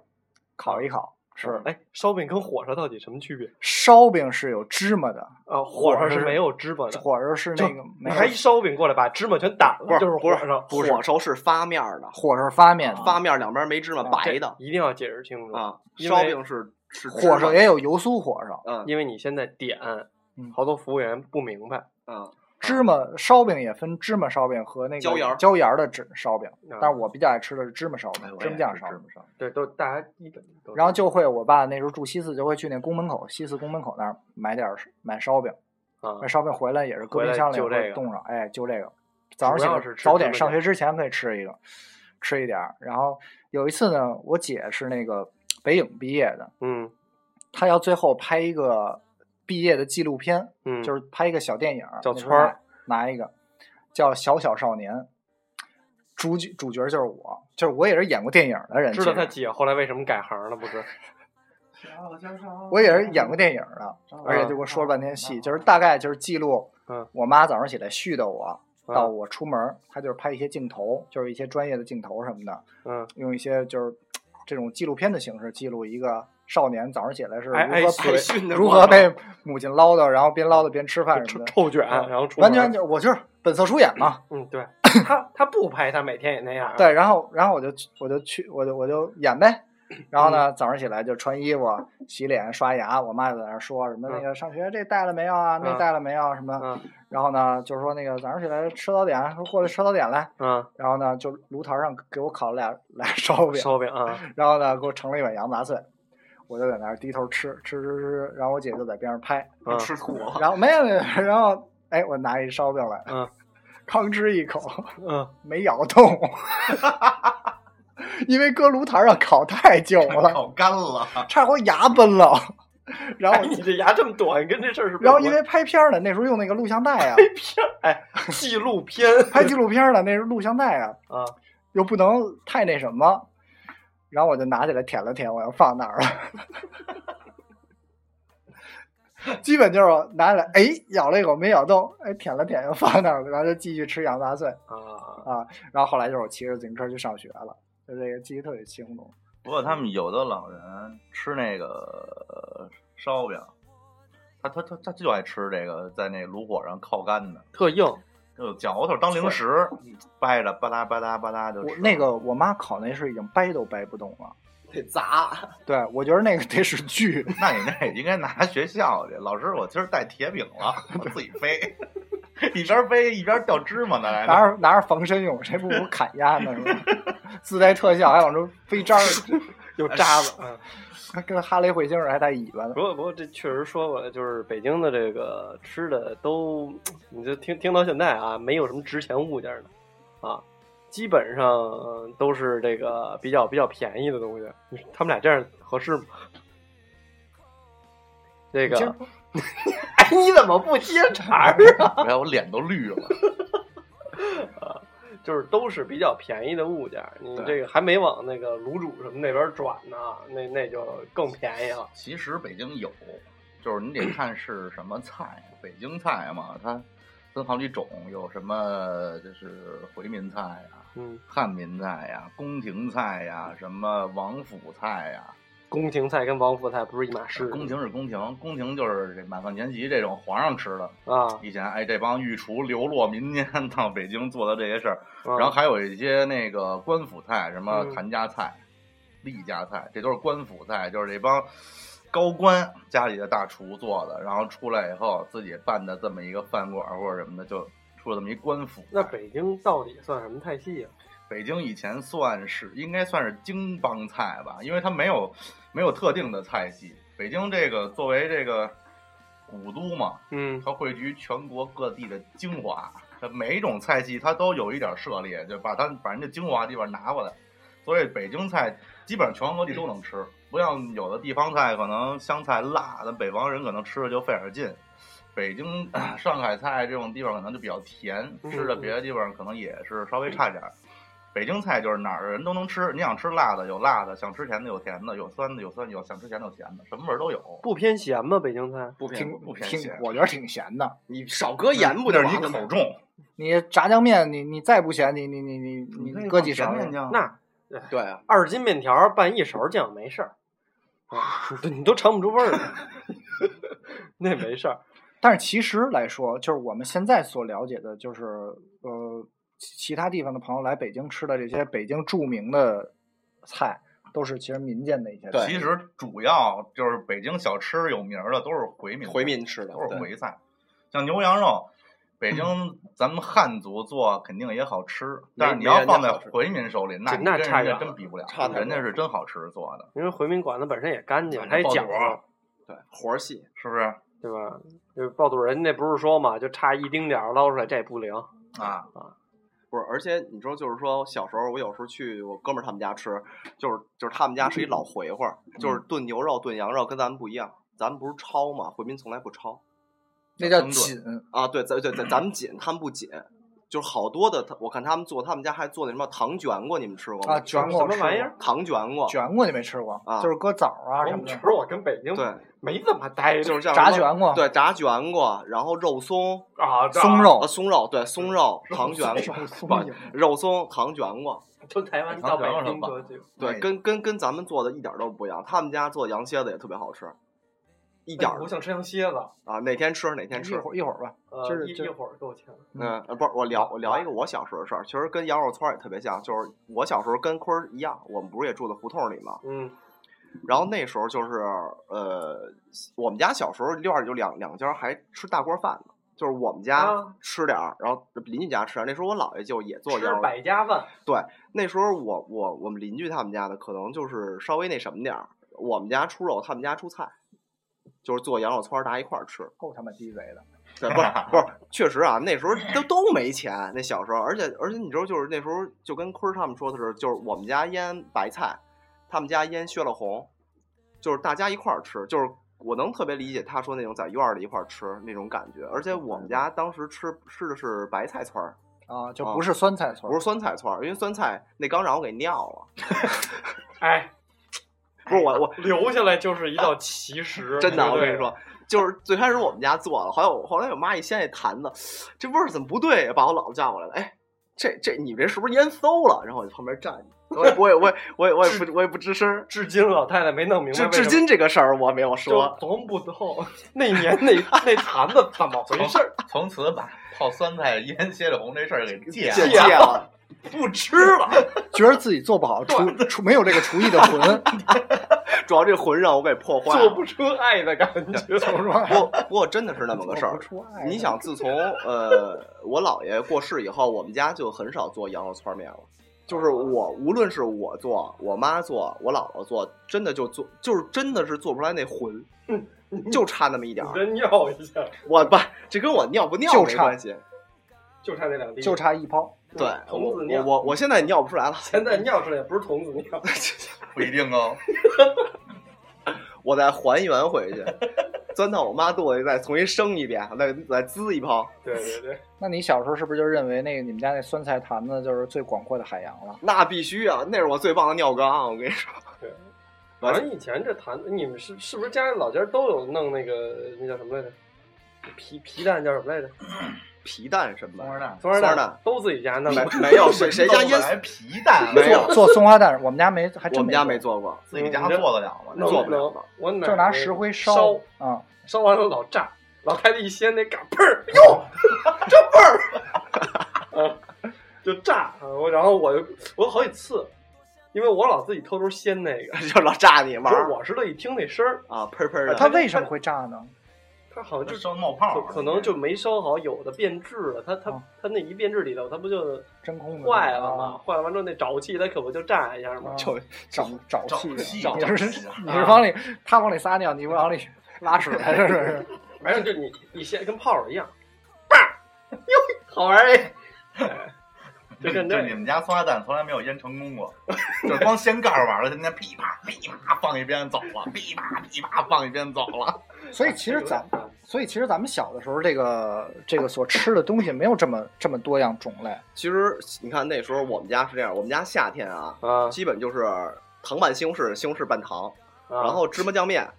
S1: 烤一烤。是
S3: 哎，烧饼跟火烧到底什么区别？
S1: 烧饼是有芝麻的，
S3: 啊，火烧
S1: 火
S3: 是
S1: 烧
S3: 没有芝麻的，
S1: 或者是那个
S3: 你
S1: 没
S3: 还一
S1: 有，
S3: 烧饼过来把芝麻全打
S4: 不
S3: 了，
S4: 是
S3: 就是
S4: 不
S3: 火
S4: 是
S3: 烧。
S1: 不是
S4: 火烧是发面儿的，
S1: 火烧发面，
S4: 发面儿两边没芝麻，
S1: 啊嗯
S4: 白的
S3: 一定要解释清楚！
S4: 啊。
S3: 因
S4: 烧
S3: 为
S4: 饼是是芝麻
S1: 火烧也有油酥火烧，
S4: 嗯
S3: 因为你现在点
S1: 嗯，
S3: 好多服务员不明白。啊
S4: 嗯，
S1: 芝麻烧饼也分芝麻烧饼和那个
S4: 椒盐儿
S1: 椒盐儿的芝烧饼，
S3: 啊
S1: 但是我比较爱吃的是芝麻烧
S2: 哎
S1: 饼，
S2: 我
S1: 芝
S2: 也
S1: 麻酱
S2: 是
S1: 烧
S2: 芝
S1: 饼。
S2: 麻烧。
S3: 对，都大家一本都。
S1: 然后就会，我爸那时候住西四，就会去那宫门口西四宫门口那儿买点儿买烧饼，
S3: 啊
S1: 那，烧饼回来也是搁
S3: 回
S1: 冰
S3: 来
S1: 箱里
S3: 就
S1: 或者
S3: 这个
S1: 冻上，哎，就这个。早上
S3: 主
S1: 起
S3: 要
S1: 来
S3: 是吃
S1: 早
S3: 芝
S1: 点
S3: 麻
S1: 上
S3: 酱
S1: 学之前可以吃一个，吃一点儿。然后有一次呢，我姐是那个北影毕业的，
S3: 嗯
S1: 她要最后拍一个毕业的纪录片，
S3: 嗯，
S1: 就是拍一个小电影儿，
S3: 叫
S1: 那时候
S3: 川儿
S1: 拿拿一个叫《小小少年》，主角主角就是我，就是我也是演过电影的人，
S3: 知道
S1: 其
S3: 他
S1: 实
S3: 姐后来为什么改行了不是？啊
S1: 我也是演过电影的，而且就给我说了半天戏，
S4: 哦
S1: 就是大概就是记录
S3: 嗯，
S1: 我妈早上起来絮叨我。
S3: 啊
S1: 到我出门儿，他就是拍一些镜头，就是一些专业的镜头什么的，
S3: 嗯，
S1: 用一些就是这种纪录片的形式记录一个少年早上起来是如
S3: 挨挨
S1: 何
S3: 训
S1: 被
S4: 训的
S1: 如
S4: 过
S1: 何
S4: 程
S1: 被母亲唠叨，然后边唠叨边吃饭什
S3: 臭
S1: 么的，
S3: 臭卷，
S1: 啊
S3: 然后出
S1: 完
S3: 门
S1: 全就我就是本色出演嘛。
S3: 嗯，对他他不拍，他每天也那样。，
S1: 对，然后然后我就去我就去我就我就演 呗。然后
S3: 嗯
S1: 呢，早上起来就穿衣服、洗脸、刷牙，我妈就在那儿说什么那个上学这带了没有啊，那
S3: 嗯
S1: 带了没有啊什么。
S3: 嗯
S1: 然后呢，就说那个早上起来吃早点，说过来吃早点来。
S3: 嗯，
S1: 然后呢，就炉头上给我烤了俩俩烧饼，
S3: 烧饼啊，
S1: 然后呢，给我盛了一碗羊杂碎，我就在那儿低头吃吃吃吃，然后我 姐就在边上拍，
S3: 嗯
S4: 吃吐了。
S1: 然后没有没有，然后哎，我拿一烧饼来，
S3: 嗯，
S1: 吭哧一口，
S3: 嗯，
S1: 没咬动， 因为搁炉台上烤太久了，
S2: 烤干了，
S1: 差点给我牙崩了。然后
S3: 哎，你这牙这么短，跟这事儿是不是
S1: 然后
S3: 有
S1: 因为拍片儿呢，那时候用那个录像带啊，
S3: 片儿，哎，纪录片
S1: 拍纪录片儿呢，那是录像带啊，
S3: 啊，
S1: 又不能太那什么。然后我就拿起来舔了舔，我要放那儿了。基本就是拿起来，哎，咬了一口没咬动，哎，舔了舔又放那儿了，然后就继续吃羊杂碎。
S3: 啊，
S1: 然后后来就是我骑着自行车去上学了，就这个记忆特别清楚。
S2: 不过他们有的老人吃那个呃烧饼，他他他他就爱吃这个在那炉火上烤干的，
S3: 特硬，
S2: 有嚼头当零食，掰着吧嗒吧嗒吧嗒就
S1: 我
S2: 吃。
S1: 那个我妈烤那是已经掰都掰不动了，
S4: 得砸，
S1: 对我觉得那个得是锯，
S2: 那你那也应该拿学校去。老师，我今儿带铁饼了，我自己飞， 一边飞一边掉芝麻呢。还
S1: 拿着拿着防身用，谁不如砍鸭呢？是吧？自带特效还往出飞渣儿，
S3: 有渣子。嗯，
S1: 还跟哈雷彗星似的还带尾巴呢
S3: 不。过不过这确实说过，就是北京的这个吃的都，你就听听到现在啊，没有什么值钱物件的啊，基本上呃都是这个比较比较便宜的东西。你说他们俩这样合适吗？这个
S1: 其实，
S3: 哎，你怎么不接茬儿啊？
S2: 哎呀，我脸都绿了。
S3: 就是都是比较便宜的物件，你
S1: 对
S3: 这个还没往那个卤煮什么那边转呢，那那就更便宜了。
S2: 其实北京有，就是你得看是什么菜，北京菜嘛，它分好几种，有什么就是回民菜呀、
S3: 嗯，
S2: 汉民菜呀、宫廷菜呀、什么王府菜呀。
S3: 宫廷菜跟王府菜不是一码事。
S2: 宫廷是宫廷，宫廷就是这满汉全席这种皇上吃的。
S3: 啊，
S2: 以前哎，这帮御厨流落民间 到北京做的这些事儿，
S3: 然
S2: 然后还有一些那个官府菜，什么
S3: 嗯
S2: 谭家菜、厉家菜，这都是官府菜，就是这帮高官家里的大厨做的，然后出来以后自己办的这么一个饭馆或者什么的，就出了这么一官府菜。
S3: 那北京到底算什么菜系啊？
S2: 北京以前算是应该算是京帮菜吧，因为它没有没有特定的菜系。北京这个作为这个古都嘛，
S3: 嗯，
S2: 它汇聚全国各地的精华，它每一种菜系它都有一点涉猎，就把它把人家精华地方拿过来。所以北京菜基本上全国各地都能吃，不像有的地方菜可能湘菜辣，那北方人可能吃着就费点劲。北京、 呃上海菜这种地方可能就比较甜，
S3: 嗯
S2: 吃的别的地方可能也是稍微差点儿。北京菜就是哪儿人都能吃，你想吃辣的有辣的，想吃甜的有甜的，有酸的有酸的，有想吃甜的有甜的，什么味儿都有。
S3: 不偏咸吗？北京菜？
S4: 不偏
S1: 挺
S2: 不偏
S1: 挺
S2: 咸，
S1: 我觉得挺咸的。
S4: 你少搁盐不
S2: 那
S4: 就是 完
S2: 你
S4: 了吗
S2: 口重。
S1: 你炸酱面，你你再不咸，你你你你
S2: 可以
S1: 你搁
S2: 放
S1: 几
S2: 甜
S1: 勺？
S2: 面酱
S3: 那
S4: 对啊，
S1: 嗯
S3: 二斤面条拌一勺酱没事儿，啊，对你都尝不出味儿来，那没事儿。
S1: 但是其实来说，就是我们现在所了解的，就是呃，其其他地方的朋友来北京吃的这些北京著名的菜，都是其实民间的一些
S4: 对
S1: 菜。
S2: 其实主要就是北京小吃有名儿的都是回民，
S4: 回民吃的
S2: 都是
S4: 对嗯
S2: 回菜，像牛羊肉，北京咱们汉族做肯定也好吃，但是你要放在回民手里，那
S3: 这
S2: 你
S3: 那
S2: 跟
S3: 差
S2: 人
S3: 远
S2: 家
S3: 了
S2: 真比不了
S4: 差，太多
S2: 人家是真好吃做的，
S3: 因为回民馆子本身也干净，
S2: 对
S3: 它也
S2: 爆肚
S3: 讲究，
S4: 对活儿细，
S2: 是不是
S3: 对吧？就是爆肚人那不是说嘛，就差一丁点儿捞出来，这也不灵。
S2: 啊？
S4: 不是，而且你说就是说，小时候我有时候去我哥们儿他们家吃，就是嗯就是他们家是一老回回儿，
S1: 嗯
S4: 就是炖牛肉、炖羊肉跟咱们不一样，咱们不是焯嘛，回民从来不焯
S1: 那叫
S2: 成顿
S1: 锦，
S4: 啊。对，咱对咱咱们紧，他们不紧，就是好多的，他我看他们做，他们家还做那什么糖卷过，你们吃过吗？
S1: 啊卷
S3: 过
S4: 什
S3: 我
S4: 么
S3: 吃过
S4: 玩意儿？糖卷过，
S1: 卷过你没吃过？
S4: 啊
S1: 就是搁枣啊什
S3: 我
S1: 么
S3: 觉
S1: 的，
S3: 得我跟北京
S4: 对，
S3: 没怎么待着
S4: 就是像
S1: 炸
S4: 什么
S1: 卷过，
S4: 对炸卷过，然后肉松
S3: 啊，这
S1: 松肉
S4: 啊，松肉对松肉糖卷过，
S1: 肉松
S4: 不
S1: 饼
S4: 肉松糖卷过，
S3: 从台湾到北京多久？
S1: 哎
S4: 对，跟跟跟咱们做的一点儿都不一样。他们家做羊蝎子也特别好吃，一点儿
S3: 我想吃羊蝎子，
S4: 啊，哪天吃哪天
S1: 哎一
S4: 吃。
S1: 会儿一会儿吧。
S3: 呃
S1: 就是
S3: 一
S1: 就
S3: 一会儿够呛。
S4: 嗯，呃不是我聊我聊一个我小时候的事儿，其实跟羊肉串儿也特别像，就是我小时候跟坤儿一样，我们不是也住在胡同里嘛。
S3: 嗯
S4: 然后那时候就是呃，我们家小时候院儿就两两家儿还吃大锅饭呢，就是我们
S3: 啊
S4: 家吃点儿，然后邻居家吃点儿。那时候我姥爷就也做
S3: 吃
S4: 羊肉
S3: 百家饭，
S4: 那时候我我我们邻居他们家的可能就是稍微那什么点儿，我们家出肉，他们家出菜，就是做羊肉串儿大家一块儿吃。
S1: 够他妈鸡贼的！
S4: 对，不是不是，确实啊，那时候都都没钱，那小时候，而且而且你知道，就是那时候就跟坤儿他们说的是，就是我们家腌白菜，他们家腌血了红，就是大家一块儿吃，就是我能特别理解他说那种在院儿里一块儿吃那种感觉，而且我们家当时吃吃的是白菜串儿，
S1: 啊，就不是酸菜村
S4: 不
S1: 儿，
S4: 是酸菜串儿，因为酸菜那刚让我给尿了，
S3: 哎，
S4: 不是我我
S3: 留下来就是一道奇石，
S4: 真的，
S3: 对
S4: 我
S3: 不对
S4: 跟你，说，就是最开始我们家做了，后来我后来我妈一掀那坛子，这味儿怎么不对？把我姥姥叫过来了，哎，这这你这是不是腌馊了？然后我就旁边站着，我也我也我也我也我也 不我也不吱声儿。
S3: 至今老太太没弄明白
S4: 至
S3: 为什么，
S4: 至今这个事儿我没有
S3: 就
S4: 说，
S3: 琢磨不透 那年那那坛子怎么回事 儿，
S2: 从此把泡酸菜 腌蝎子红这事儿给戒
S4: 戒
S2: 了，
S4: 戒 了。
S2: 不吃了。
S1: 觉得自己做不好，厨厨没有这个厨艺的魂。
S4: 主要这魂让我给破坏
S3: 做
S4: 了。
S3: 不出爱的感 觉，
S1: 怎么说？
S4: 不不过真的是那么个事
S1: 做
S4: 儿
S1: 不。出爱
S4: 你想，自从呃我姥爷过世以后，我们家就很少做羊肉汆面了。就是我，无论是我做，我妈做，我姥姥做，真的就做，就是真的是做不出来那魂，就差那么一点
S3: 你
S4: 儿。
S3: 这尿一下，
S4: 我不，这跟我尿不尿
S1: 就
S4: 没
S1: 差
S4: 关系。
S3: 就差那两滴，
S1: 就差一泡，
S4: 对，我
S3: 童子
S4: 我
S3: 尿。
S4: 我我现在尿不出来了。
S3: 现在尿出来也不是童子尿，
S2: 不一定哦，
S4: 我再还原回去，钻到我妈肚子里，再重新生一遍，再再滋一泡。
S3: 对对 对，
S1: 那你小时候是不是就认为那个你们家那酸菜坛子就是最广阔的海洋了？
S4: 那必须啊，那是我最棒的尿缸，我跟你说。
S3: 对
S4: 完
S3: 反
S4: 了
S3: 正以前这坛，你们是是不是家里老家都有弄那个那叫什么来着？皮皮蛋叫什么来着？
S4: 皮蛋什么
S2: 松花
S4: 的，
S1: 哦
S2: 蛋
S3: 酸
S4: 酸
S3: 儿
S4: 儿
S3: 蛋
S4: 蛋
S3: 都自己家弄
S4: 没
S3: 的，
S4: 没有谁谁家腌死，
S2: 皮蛋？
S4: 没有
S1: 做松花蛋，我们家没，还真
S4: 我们家
S1: 没
S4: 没
S1: 做，
S4: 做过。
S2: 自己家做得了吗？
S3: 弄
S4: 做不了
S3: 弄我奶
S1: 就是拿
S3: 奶
S1: 石灰
S3: 烧，
S1: 啊，
S3: 烧完了老炸，老太太一掀那嘎嘣儿， 哟，这味儿，啊，就炸。啊我然后我就我好几次，因为我老自己偷偷掀那个，
S4: 就老炸你
S3: 可
S4: 玩
S3: 是
S4: 儿
S3: 我是乐意听那声儿，
S4: 啊，喷喷
S1: 它
S4: 的。
S1: 为什么会炸呢？
S3: 它好像就
S2: 就是烧冒泡
S3: 可
S2: 了，
S3: 可能就没烧好，有的变质了，它它
S1: 哦嗯
S3: 它那一变质里头，它不就
S1: 真空的
S3: 坏了吗？？坏了完之后那沼气它可不就炸一下吗
S1: 啊？
S4: 就
S1: 沼沼
S2: 沼
S1: 气
S2: 气
S1: 的，你是
S2: 沼气啊
S1: 你是往里，他往里撒尿，你往里拉屎来着，这是。
S3: 反正就你你先跟泡儿一样，叭， 哟，好玩儿哎，就
S2: 就
S3: 跟
S2: 就
S3: 这
S2: 你们家松花蛋从来没有腌成功过，就是光掀盖儿玩儿了，天天噼啪噼啪放一边走了，噼啪噼啪放一边走了。
S1: 所以其实咱，
S3: 啊
S1: 所以其实咱们小的时候，这个这个所吃的东西没有这么这么多样种类。
S4: 其实你看那时候我们家是这样，我们家夏天啊，
S3: 啊，
S4: 基本就是糖拌西红柿，西红柿拌糖，
S3: 然
S4: 然后芝麻酱面，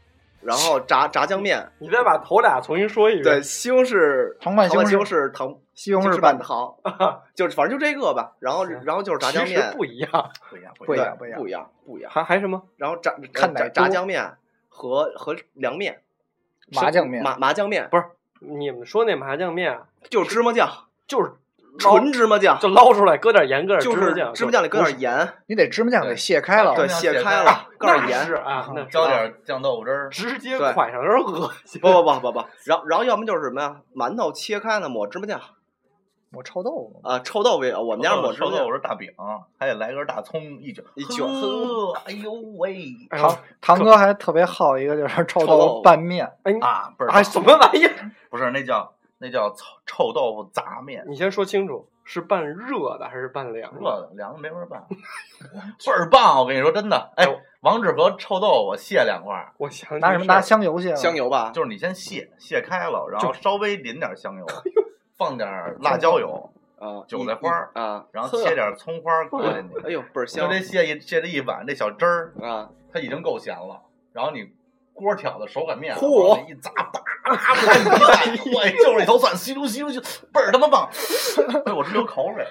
S4: 然后炸炸酱面，
S3: 你再把头俩重新说一 遍。
S4: 对，，西红柿
S1: 糖拌西
S4: 糖拌
S1: 红柿
S4: 西红柿糖。
S1: 西红
S4: 西
S1: 柿
S4: 红拌
S1: 拌糖
S4: 糖， 就是反正就这个吧。然后，
S3: 行
S4: 然后就是炸酱
S3: 其实
S4: 面，
S3: 不一样，
S2: 不一样，不
S1: 不
S2: 一
S1: 一
S2: 样。
S1: 样，不一样
S4: 不。一样，不一样。
S3: 还还什么？
S4: 然后炸呃
S1: 看哪
S4: 炸
S1: 儿
S4: 炸
S1: 多
S4: 酱面和和凉面、
S1: 麻酱面
S4: 麻麻酱面，
S3: 不是你们说那麻酱面啊
S4: 就是芝麻 酱，
S3: 就是捞
S4: 纯芝麻酱，
S3: 就捞出来，搁点盐，搁点
S4: 就
S3: 麻
S4: 是
S3: 酱，
S4: 芝麻酱里搁点盐，
S1: 你得芝麻酱给卸开了，
S4: 对，
S2: 酱
S4: 卸
S2: 卸
S4: 开
S2: 开
S4: 了，搁
S3: 那
S4: 点
S3: 是
S4: 盐。嗯
S3: 啊，那是
S2: 浇点酱豆腐汁儿，
S3: 直接
S4: 对
S3: 蒯上有点恶心。
S4: 不不不不不，然后然后要么就是什么呀？馒头切开了抹芝麻酱
S1: 抹臭豆腐。
S4: 啊，臭豆腐也有，我
S2: 我
S4: 们家是抹芝
S2: 哦
S4: 麻
S2: 臭豆
S4: 酱
S2: 腐，是大饼，还得来根大葱一卷
S4: 一卷
S2: 呵哎呦喂
S3: 哎呦
S1: 唐唐哥还特别好一个，就是 臭
S4: 臭
S1: 豆
S4: 豆
S1: 腐
S4: 腐
S1: 拌面，
S2: 啊！不是
S3: 啊，什么玩意儿？
S2: 不是那叫那叫臭臭豆腐杂面，
S3: 你先说清楚，是拌热的还是拌凉的？
S2: 热的凉的没法 办，倍儿棒！我跟你说真的，哎
S3: 哎呦，
S2: 王致和臭豆腐卸两块儿，
S3: 我想起
S1: 拿什么
S3: 事儿
S1: 拿香油蟹吗？
S4: 香油吧，
S2: 就是你先卸卸开了，然后稍微淋点香油，放点辣椒油，
S4: 啊，
S2: 韭
S4: 一
S2: 菜花儿
S4: 一啊，
S2: 然后切点葱花儿搁进去，
S4: 哎呦倍儿
S2: 就
S4: 香
S2: 这蟹一蟹这一碗这小汁儿，
S4: 啊！
S2: 它已经够咸了。然后你锅挑的手擀面，
S4: 嚯
S2: 往里一砸，叭叭叭一烂，我就是一头蒜，吸溜吸溜，倍儿他妈棒！哎，我直流口水。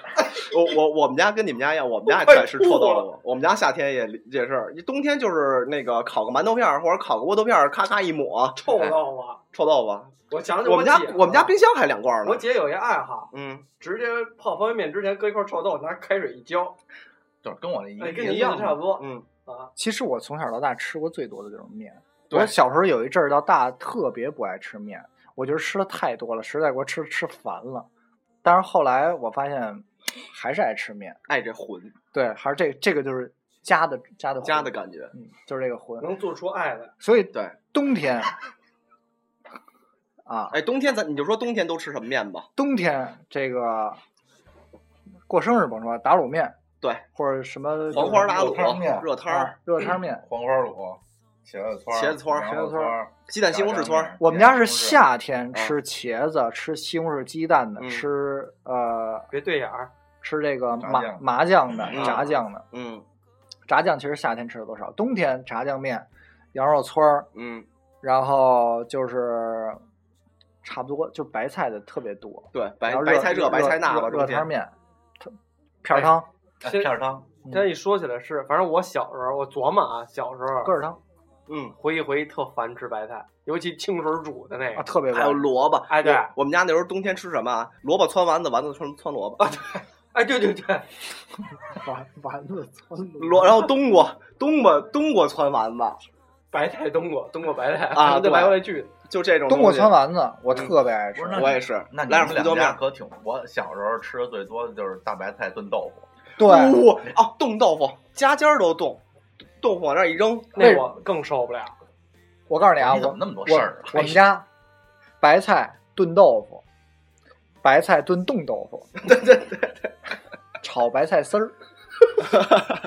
S4: 我我我们家跟你们家一样，我们家也特爱吃臭豆腐。我们家夏天也也是，冬天就是那个烤个馒头片儿或者烤个窝头片儿，咔咔一抹
S3: 臭豆腐。
S4: 臭豆腐。
S3: 哎
S4: 啊
S3: 我想起
S4: 我们家
S3: 姐了
S2: 啊
S3: 啊
S4: 我们家冰箱还两罐
S3: 我
S4: 呢。
S3: 姐有一爱好，
S4: 嗯，
S3: 直接泡方便面之前搁一块臭豆，腐，拿开水一浇，
S2: 就是跟我那一
S3: 哎，
S2: 个
S3: 跟你
S2: 一
S3: 意思
S2: 样
S3: 差不多。
S4: 嗯
S3: 啊，
S1: 其实我从小到大吃过最多的就是面。
S4: 对
S1: 我小时候有一阵儿到大特别不爱吃面，我觉得吃的太多了，实在给我吃吃烦了。但是后来我发现还是爱吃面，
S4: 爱这魂
S1: 对，还是这这个就是家的家的
S4: 家
S1: 魂
S4: 的感觉。
S1: 嗯，就是这个荤。
S3: 能做出爱来，
S1: 所以
S4: 对
S1: 冬天，啊。
S4: 哎，冬天咱你就说冬天都吃什么面吧？
S1: 冬天这个过生日甭说，打卤面，
S4: 对，
S1: 或者什么
S4: 黄花打
S2: 热汤面
S4: 卤、热汤
S1: 啊
S4: 儿、
S1: 热汤面。
S2: 黄花卤、茄子汆儿、
S4: 茄子汆儿
S2: 羊肉
S1: 茄子汆
S2: 汆儿、
S4: 鸡蛋西红柿汆儿，
S1: 我们家是
S2: 是
S1: 夏天吃茄子，吃西红柿鸡蛋的，
S4: 哦嗯
S1: 吃呃
S3: 别对眼儿，
S1: 吃这个
S2: 炸
S1: 麻
S2: 酱
S1: 麻酱的、
S4: 嗯
S1: 炸酱的。
S4: 嗯
S1: 炸酱其实夏天吃的多少，冬天炸酱面、羊肉汆儿，
S4: 嗯，
S1: 然后就是差不多就白菜的特别多，
S4: 对，白
S1: 然后
S4: 白菜
S1: 热
S4: 白菜那吧，冬
S1: 热热汤
S4: 天
S1: 面、特片儿汤、
S2: 哎片儿汤，
S3: 现在一说起来是，反正我小时候，我琢磨啊，小时
S1: 鸽
S3: 候
S1: 儿汤
S4: 嗯，
S3: 回忆回忆特烦吃白菜，尤其清水煮的那
S1: 啊，
S3: 个，
S1: 特别
S4: 哎还有
S1: 棒。
S4: 萝卜。
S3: 哎对
S4: 我我们家那时候冬天吃什么啊？萝卜汆丸子，丸子汆汆萝
S2: 啊
S4: 卜，
S3: 哎对对对，
S1: 丸丸子 汆
S4: 萝然后冬瓜冬瓜冬瓜汆丸子，
S3: 白菜冬瓜，冬瓜白菜
S4: 啊
S3: 这
S4: 对
S3: 来回来去的，
S4: 就这种
S1: 冬瓜
S4: 东西嗯
S1: 汆丸子，我特别爱吃
S2: 不。是那
S4: 我也是，
S2: 那你
S4: 来
S2: 们
S4: 点胡椒
S2: 两家
S4: 面。
S2: 可挺，我小时候吃的最多的就是大白菜炖豆腐，
S1: 对，
S4: 呜哦，冻豆腐，家家都冻，豆腐往那儿一扔，
S3: 那我更受不了。
S1: 我告诉你啊，
S2: 你怎么
S1: 我
S2: 那么多事
S1: 我
S2: 儿啊？
S1: 我们家白菜炖豆腐，白菜炖冻豆腐，对对对对，炒白菜丝儿，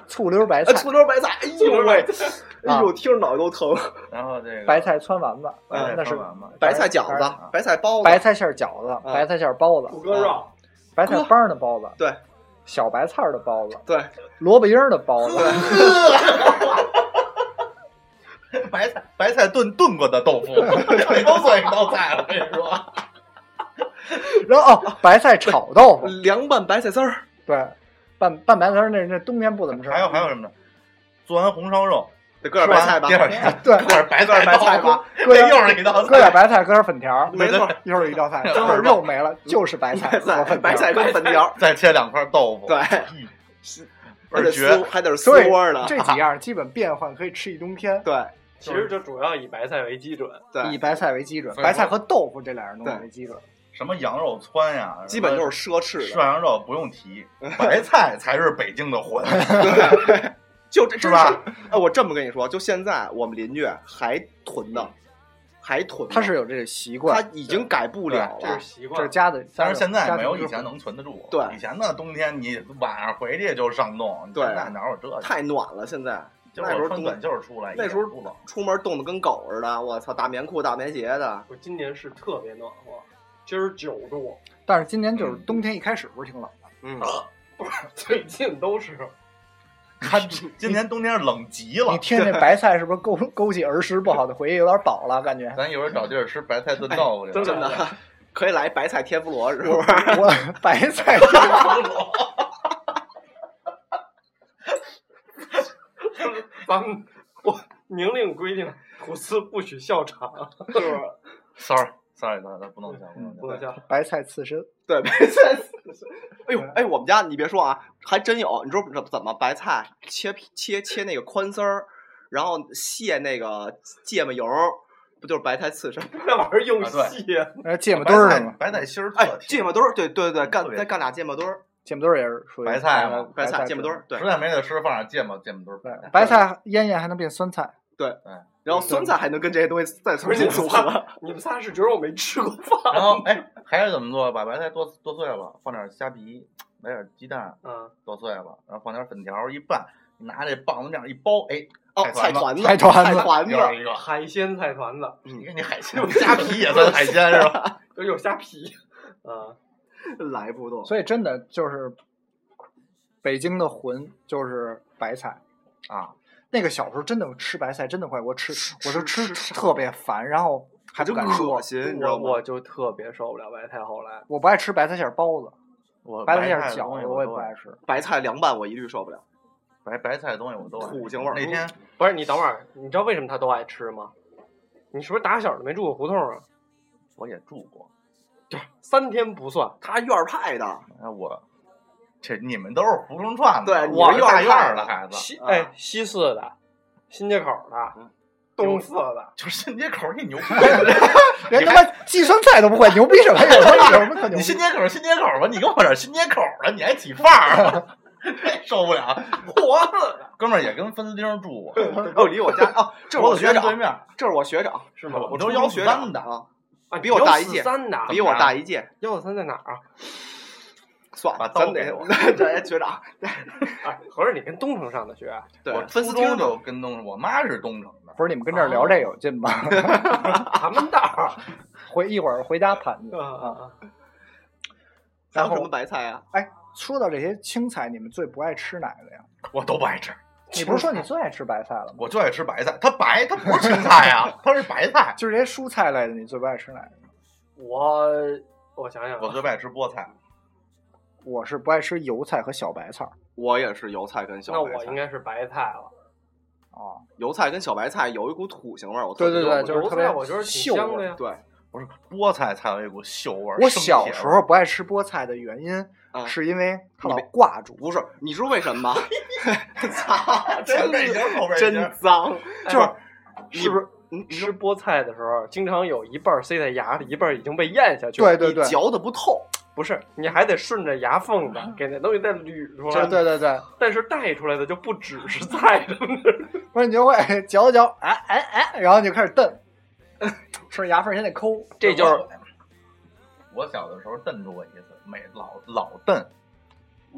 S1: 醋溜白
S4: 呃，
S1: 菜，
S4: 醋溜白菜，哎
S3: 醋溜
S4: 呦喂
S3: 白，
S4: 哎
S1: 啊
S4: 呦，听着脑袋都疼。
S2: 然后这个
S1: 白菜汆丸子，啊
S2: 白菜
S1: 那是
S2: 汆丸嘛，
S4: 白菜饺子
S2: 白，
S4: 白菜包子，
S1: 白菜馅儿饺子，
S4: 嗯
S1: 白菜馅儿包
S3: 土
S1: 子，
S3: 鸽肉，
S1: 白菜帮儿的包子，
S4: 对，
S1: 小白菜儿的包子，
S4: 对，
S1: 萝卜缨儿的包子，
S2: 白菜白菜炖炖过的豆 腐，这都算一道菜了。我跟你说，
S1: 然后哦，白菜炒豆腐，
S4: 凉拌白菜丝儿，
S1: 对，拌拌白菜儿那那冬天不怎么吃，
S2: 还有还有什么呢？做完红烧肉，
S4: 得搁点白菜吧
S2: 吃，完第二天
S1: 对
S2: 搁点白菜
S4: 白菜吧
S2: 吧，这又是一道
S1: 搁点
S2: 菜。
S1: 白菜，搁点粉条儿，
S4: 没错，
S1: 又是一道 菜，
S2: 对
S1: 最后肉没了，就是白菜
S4: 白菜
S1: 和粉 条
S4: 白菜跟粉条，
S2: 再切两块豆腐，
S4: 对，
S2: 嗯
S4: 还
S2: 而
S4: 得
S2: 绝
S4: 丝，还得丝
S1: 所以
S4: 窝呢。啊
S1: 这几样基本变换可以吃一冬天，
S4: 对
S3: 其实就主要以白菜为基准。
S1: 以
S4: 对，
S1: 白菜为基准，
S2: 所以说
S1: 白菜和豆腐这两样东西为基准。
S2: 什么羊肉汆呀，
S4: 基本就是奢侈
S2: 涮
S4: 的，
S2: 羊肉不 用提，白菜才是北京的魂。
S4: 就这
S2: 是
S4: 真
S2: 吧？
S4: 哎，我这么跟你说，就现在我们邻居还囤呢，还囤呢。
S1: 他是有这个习
S4: 他
S1: 惯，
S4: 已经改不了
S3: 这是
S4: 了。
S3: 习
S1: 这是
S3: 惯，
S1: 家的，
S2: 但是现在没有
S1: 家
S2: 以
S1: 庭
S2: 前能存得住。
S4: 对
S2: 以前那冬天你晚上回去就上冻，
S4: 对
S2: 现在哪有这个？
S4: 太暖了，现在
S2: 就是
S4: 那时候
S2: 我穿
S4: 冬
S2: 短袖出来，
S4: 那时候
S2: 一点 不冷。
S4: 出门冻得跟狗似的，我操，大棉裤、大棉鞋的，
S3: 我今年是特别暖和，今儿九度，
S1: 但是今年就是冬天一开始不是挺冷的，
S4: 嗯，
S3: 最近都是
S2: 看，今年冬天冷极
S1: 你
S2: 了。
S1: 听这白菜是不是勾勾起儿时不好的回忆，有点饱了 感觉。
S2: 咱一会儿找地儿吃白菜炖豆腐去。
S3: 真
S4: 真的
S3: 的。
S4: 可以来白菜天妇罗，是不是？
S1: 我白菜，
S3: 咱们我明令规定，吐司不许笑 场，
S4: 是不是？
S2: Sorry Sorry，咱咱不能讲，不能
S3: 不能
S2: 讲。
S3: 笑。
S1: 白菜刺身，
S4: 对，白菜丝。哎呦，哎，我们家你别说啊，还真有。你知道怎么白菜切皮切切那个宽丝儿，然后卸那个芥末油儿，不就是白菜刺身？
S3: 那玩意儿用
S2: 啊
S3: 细
S2: 对，
S1: 那芥末墩儿是吗？
S2: 白菜心儿特
S4: 哎，
S2: 甜
S4: 芥末墩儿，对对对，
S2: 特
S4: 干
S2: 别
S4: 再干俩芥末墩儿，
S1: 芥末墩儿也是属于
S2: 白菜嘛
S4: 白菜
S1: 菜
S4: 芥末墩儿，对
S2: 实。在没得吃，放点芥末芥末墩
S1: 对
S2: 儿。，
S1: 白菜腌腌还能变酸菜，
S4: 然后酸菜还能跟这些东西再重
S3: 不是你
S4: 新
S3: 们
S4: 组
S3: 仨
S4: 合。，
S3: 你们仨是觉得我没吃过饭？
S2: 然后哎，还有怎么做？把白菜剁剁碎了，放点虾皮，来点鸡蛋，
S3: 嗯，
S2: 剁碎了，然后放点粉条一拌，拿这棒子这样一包，哎，
S4: 哦，菜
S2: 菜
S4: 团子，
S1: 菜团子
S4: 团子
S2: 又，是一个。
S3: 海鲜菜团子，
S2: 你看你海鲜，虾皮也算海鲜是吧？
S3: 就有虾皮， 啊，
S4: 来不动。
S1: 所以真的就是北京的魂就是白菜。
S2: 啊，
S1: 那个小时候真的吃白菜，真的快，我吃我就
S4: 吃
S1: 吃
S4: 吃
S1: 特别烦，然后还不
S4: 就
S1: 敢
S4: 恶
S1: 说，
S4: 心，你知
S3: 我
S4: 道吗
S3: 我？就特别受不了白菜，后来
S1: 我不爱吃白菜馅儿包子，
S2: 我
S1: 白
S2: 菜
S1: 馅儿
S2: 的东
S1: 饺
S2: 西
S1: 子我也
S2: 都
S1: 不爱 吃。
S4: 白菜凉拌我一律受不了，
S2: 白白菜的东西我都爱
S4: 土腥味儿
S2: 那天
S3: 不是你等会儿，你知道为什么他都爱吃吗？你是不是打小就没住过胡同啊？
S2: 我也住过，
S3: 三天不算，
S4: 他院儿派的，
S2: 哎我这你们都是胡同串子，
S4: 对你
S2: 我
S4: 是
S2: 是
S4: 院儿
S2: 大院
S4: 派
S2: 儿的
S4: 的
S2: 孩子，
S3: 西
S4: 啊
S3: 哎西四的，新街口的
S4: 嗯，
S3: 东四的，
S2: 就是新街口儿你 牛逼，啊
S1: 人他妈计生菜都不会，牛逼什么呀？有什么可牛
S2: 你
S1: 逼
S2: 新？街口儿新街口儿吧，你跟我这儿新街口儿的，你还起范儿，啊 受不了。
S3: 活子的，
S2: 哥们儿也跟分丁住过，
S4: 哦，离我家哦，这是我学
S2: 学
S4: 长
S2: 对，面儿，
S4: 这是我学长，
S3: 是吗？
S2: 我
S4: 我
S2: 都
S4: 初
S2: 幺
S4: 中
S2: 四
S4: 学
S2: 班
S4: 长
S2: 的，
S4: 啊，
S3: 啊，
S4: 比我大一届
S3: 三的，啊
S4: 比我大一届，
S3: 幺四三在哪儿啊？
S4: 算了，
S2: 把
S4: 咱
S2: 刀
S4: 们
S2: 给
S4: 得
S2: 我
S4: 这学长，
S3: 哎，合着你跟东城上的学啊？
S2: 我
S4: 对，
S2: 初
S4: 分四
S2: 中
S4: 厅
S2: 就跟东，我妈是东城的，
S1: 不是你们跟这儿聊这有劲吗？
S3: 盘门道儿
S1: 回一会儿回家盘去。
S3: 啊，
S4: 还有
S1: 然后
S4: 什么白菜啊？
S1: 说到这些青菜，你们最不爱吃哪个呀？
S2: 我都不爱吃，
S1: 你不是说你最爱吃白菜了吗？
S2: 我就爱吃白菜。它白，它不是青菜啊，它是白菜。
S1: 就是这些蔬菜类的，你最不爱吃哪个？
S3: 我我想想啊，
S2: 我最不爱吃菠菜，
S1: 我是不爱吃油菜和小白菜儿
S4: 我也是油菜跟小
S3: 那
S4: 白
S3: 我应
S4: 菜，
S3: 该是白菜了。
S1: 啊。
S4: 油菜跟小白菜有一股土腥味儿，我
S1: 对
S4: 特别
S1: 对对
S4: 受不了
S1: 就是
S3: 油
S1: 特别
S3: 菜我觉得挺
S1: 秀
S3: 香
S1: 的
S3: 的呀。
S4: 对，
S2: 不是菠菜才有一股锈味儿。
S1: 我
S2: 生
S1: 小
S2: 铁
S1: 时
S2: 味儿
S1: 候不爱吃菠菜的原因
S4: 啊
S1: 是因为它老
S4: 你没
S1: 挂住。
S4: 不是，你知道为什么吗？ 操，
S2: 前
S4: 真
S2: 背心后背
S4: 真
S2: 心，
S4: 脏，就是你
S3: 是不是
S4: 你你
S3: 吃菠菜的时候，经常有一半儿塞在牙里，一半儿已经被咽下去了？
S1: 对对对
S4: 你，嚼的不透，
S3: 不是，你还得顺着牙缝子给那东西再捋出
S1: 就
S3: 来。
S1: 是对对对，
S3: 但是带出来的就不只是菜的味儿，
S1: 不是你就会 嚼嚼，哎哎哎，然后你就开始蹬，顺着牙缝儿先得抠。
S3: 这就是
S2: 我小的时候瞪着我一次，每老老瞪，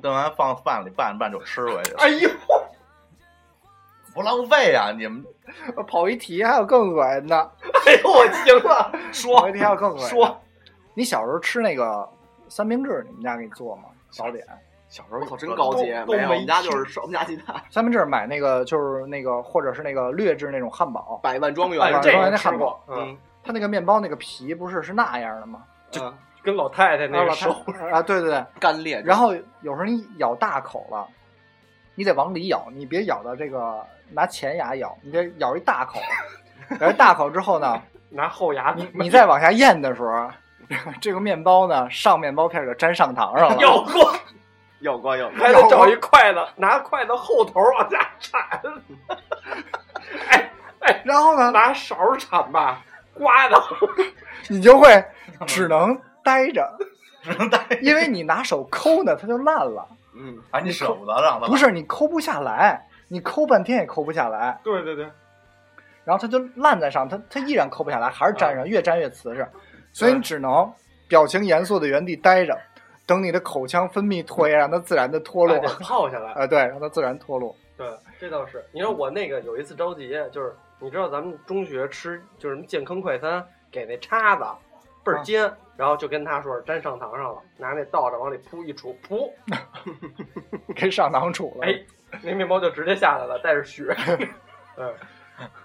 S2: 瞪完放饭里拌着拌着就吃回去了，
S3: 哎呦，
S2: 不浪费啊！你们
S1: 我跑一题，还有更恶心的，
S3: 哎呦，我行 了，
S1: 跑
S3: 说
S1: 一题还有更恶心的。
S3: 说，
S1: 你小时候吃那个三明治，你们家给你做吗？早点
S4: 小时候我操哦真
S2: 都
S4: 高级，
S3: 都
S4: 没有，我
S3: 没
S4: 们家就
S3: 吃
S4: 是我们家鸡蛋，
S1: 三明治买那个就是那个或者是那个劣质那种汉堡，
S4: 百万庄园
S3: 哎
S1: 晚，
S3: 这
S1: 上
S3: 个
S1: 那
S3: 吃
S1: 汉
S3: 过
S1: 堡，
S3: 嗯，
S1: 它那个面包那个皮不是是那样的吗？
S4: 嗯
S3: 跟老太太那
S1: 啊
S3: 个
S1: 老
S3: 手
S1: 太啊，对对对。
S4: 干裂，
S1: 然后有时候你咬大口了，你得往里咬，你别咬到这个拿前牙咬，你得咬一大 口。咬一大口之后呢，
S3: 拿后牙，
S1: 你你再往下咽的时候，这个面包呢上面包片儿就粘上膛
S2: 哎
S1: 上了。
S3: 咬 过，
S4: 有过有过
S3: 还得找一筷子，拿筷子后头往下铲，哎，
S1: 然后呢，
S3: 拿勺铲吧，刮的，
S1: 你就会只能呆着，
S2: 只能带
S1: 因为你拿手抠呢，它就烂了。
S4: 嗯，
S2: 啊，你舍不得让他
S1: 不是你抠不下来，你抠半天也抠不下来，
S3: 对对对，
S1: 然后它就烂在上，它它依然抠不下来，还是粘上，越粘越瓷实，所以你
S3: 嗯
S1: 只能表情严肃的原地待着，等你的口腔分泌唾液让它自然的脱落
S3: 还，得泡下来，
S1: 啊，对，让它自然脱落。
S3: 对，这倒是。你知道我那个有一次着急，就是你知道咱们中学吃就是什么健康快餐，给那叉子倍
S1: 啊
S3: 儿尖，然后就跟他说是粘上膛上了，拿那倒着往里扑一杵，噗，
S1: 给上囊杵了，
S3: 哎，那面包就直接下来了，带着 血。嗯，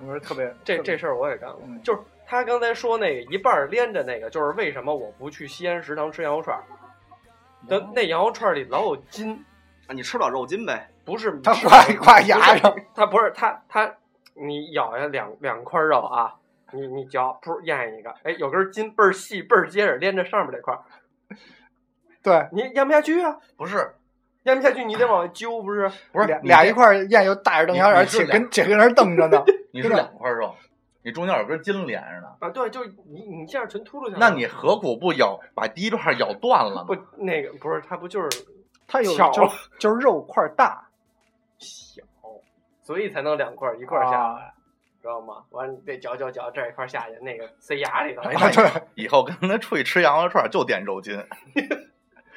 S1: 我说特别
S3: 这
S1: 特别
S3: 这事儿我也干过，
S1: 嗯
S3: 就是他刚才说那个一半儿连着那个，就是为什么我不去西安食堂吃羊肉串儿？
S1: 哦
S3: 那那羊肉串儿里老有筋，
S4: 啊你吃不了肉筋呗，
S3: 不是
S1: 它挂挂牙 上，
S3: 它不是它它，你咬下两两块肉啊，你你嚼，噗咽一个，哎，有根筋倍儿细倍儿结实，连着上面这块儿，
S1: 对，
S3: 你咽不下去啊，
S2: 不是
S3: 咽不下去你得往外揪，不是？
S2: 不是
S1: 俩
S2: 你
S1: 俩
S2: 这
S1: 一块儿咽又大着瞪小
S2: 你
S1: 眼，
S2: 你是
S1: 且
S2: 俩
S1: 跟且跟人瞪着呢，
S2: 你是两块肉，你中间有根筋连着呢，
S3: 啊，对，就是你你这样全秃噜下来
S2: 那
S3: 了。
S2: 你何苦不咬把第一段咬断了
S3: 不
S2: 呢？
S3: 那个不是它不就是
S1: 它有
S3: 巧
S1: 就就是肉块儿大，
S3: 小，所以才能两块儿一块儿下来，
S1: 啊
S3: 知道吗？完了你得嚼嚼嚼，这一块儿下去，那个塞牙里头。
S2: 哎
S1: 啊，对，
S2: 以后跟他出去吃羊肉串就点肉筋，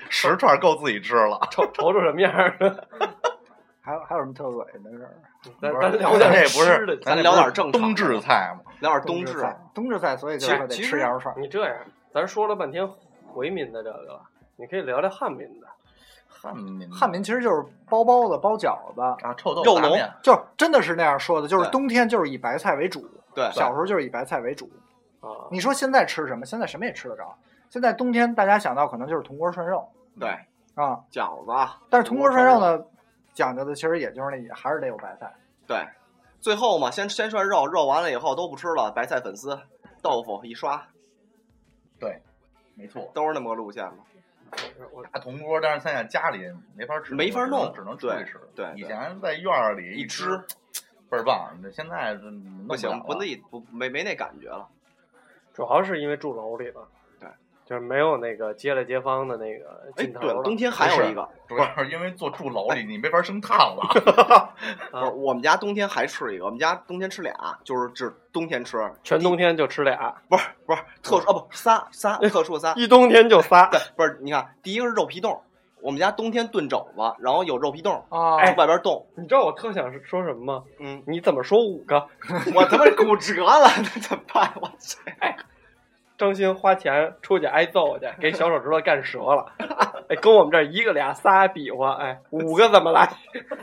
S2: 十串够自己吃了。
S3: 瞅瞅瞅什么样 儿的？
S1: 还有还有什么特恶心的事儿？
S3: 咱
S2: 不是
S3: 咱聊点
S2: 这不
S3: 吃的
S2: 是
S3: 去。
S4: 咱
S2: 这
S4: 聊
S2: 不
S4: 点
S2: 是
S4: 正常
S2: 冬
S4: 的
S2: 至菜吗？
S4: 聊点
S1: 冬
S4: 冬
S1: 至
S4: 至，啊
S1: 菜，冬至菜，所以就
S4: 其
S1: 是得
S4: 其
S1: 吃
S4: 实
S1: 羊肉串儿。
S3: 你这样，咱说了半天回民的这个了，你可以聊聊汉民的。
S2: 汉民
S1: 汉民其实就是包包子、包饺子，
S2: 啊，臭豆
S4: 肉
S2: 腐拉
S4: 龙
S2: 面
S1: 就是真的是那样说的，就是
S4: 对
S1: 冬天就是以白菜为主，
S4: 对，
S1: 小时候就是以白菜为主。
S3: 啊，
S1: 你说现在吃什么？现在什么也吃得着。现在冬天大家想到可能就是铜锅涮肉
S4: 对
S1: 啊，
S4: 饺子啊，
S1: 但是铜锅涮肉呢，讲究的其实也就是那还是得有白菜。
S4: 对，最后嘛，先先涮肉，肉完了以后都不吃了，白菜粉丝、豆腐一刷，
S2: 没错，
S4: 都是那么个路线嘛。
S3: 我
S2: 大铜锅，但是现在家里没法吃，
S4: 没法弄
S2: 只能出去吃。
S4: 对对对
S2: 以前在院儿里
S4: 一
S2: 支
S4: 吃
S2: 倍儿棒，这现在这弄
S4: 不行
S2: 了，
S4: 不那不没没那感觉了。
S3: 主要是因为住楼里了。
S4: 对，
S3: 就是没有那个街了街坊的那个
S4: 哎，
S3: 劲头
S4: 对了，
S3: 了。
S4: 冬天还有一个，
S2: 主要是因为做住楼里你没法升烫了，
S4: 不是我们家冬天还吃一个，我们家冬天吃俩，就是只冬天吃，
S3: 全冬天就吃俩，
S4: 不是不是特殊啊不仨仨特殊的仨，
S3: 一冬天就仨。
S4: 不是你看第一个是肉皮冻，我们家冬天炖肘子，然后有肉皮冻，
S1: 哎
S3: 啊
S4: 从外边冻，
S3: 你知道我特想说什么吗？
S4: 嗯，
S3: 你怎么说五个？
S4: 我他妈骨折了，那怎么办？我去，
S3: 张鑫花钱出去挨揍去，给小手指头干折了。 哎，跟我们这儿一个俩仨比划，哎，五个怎么来？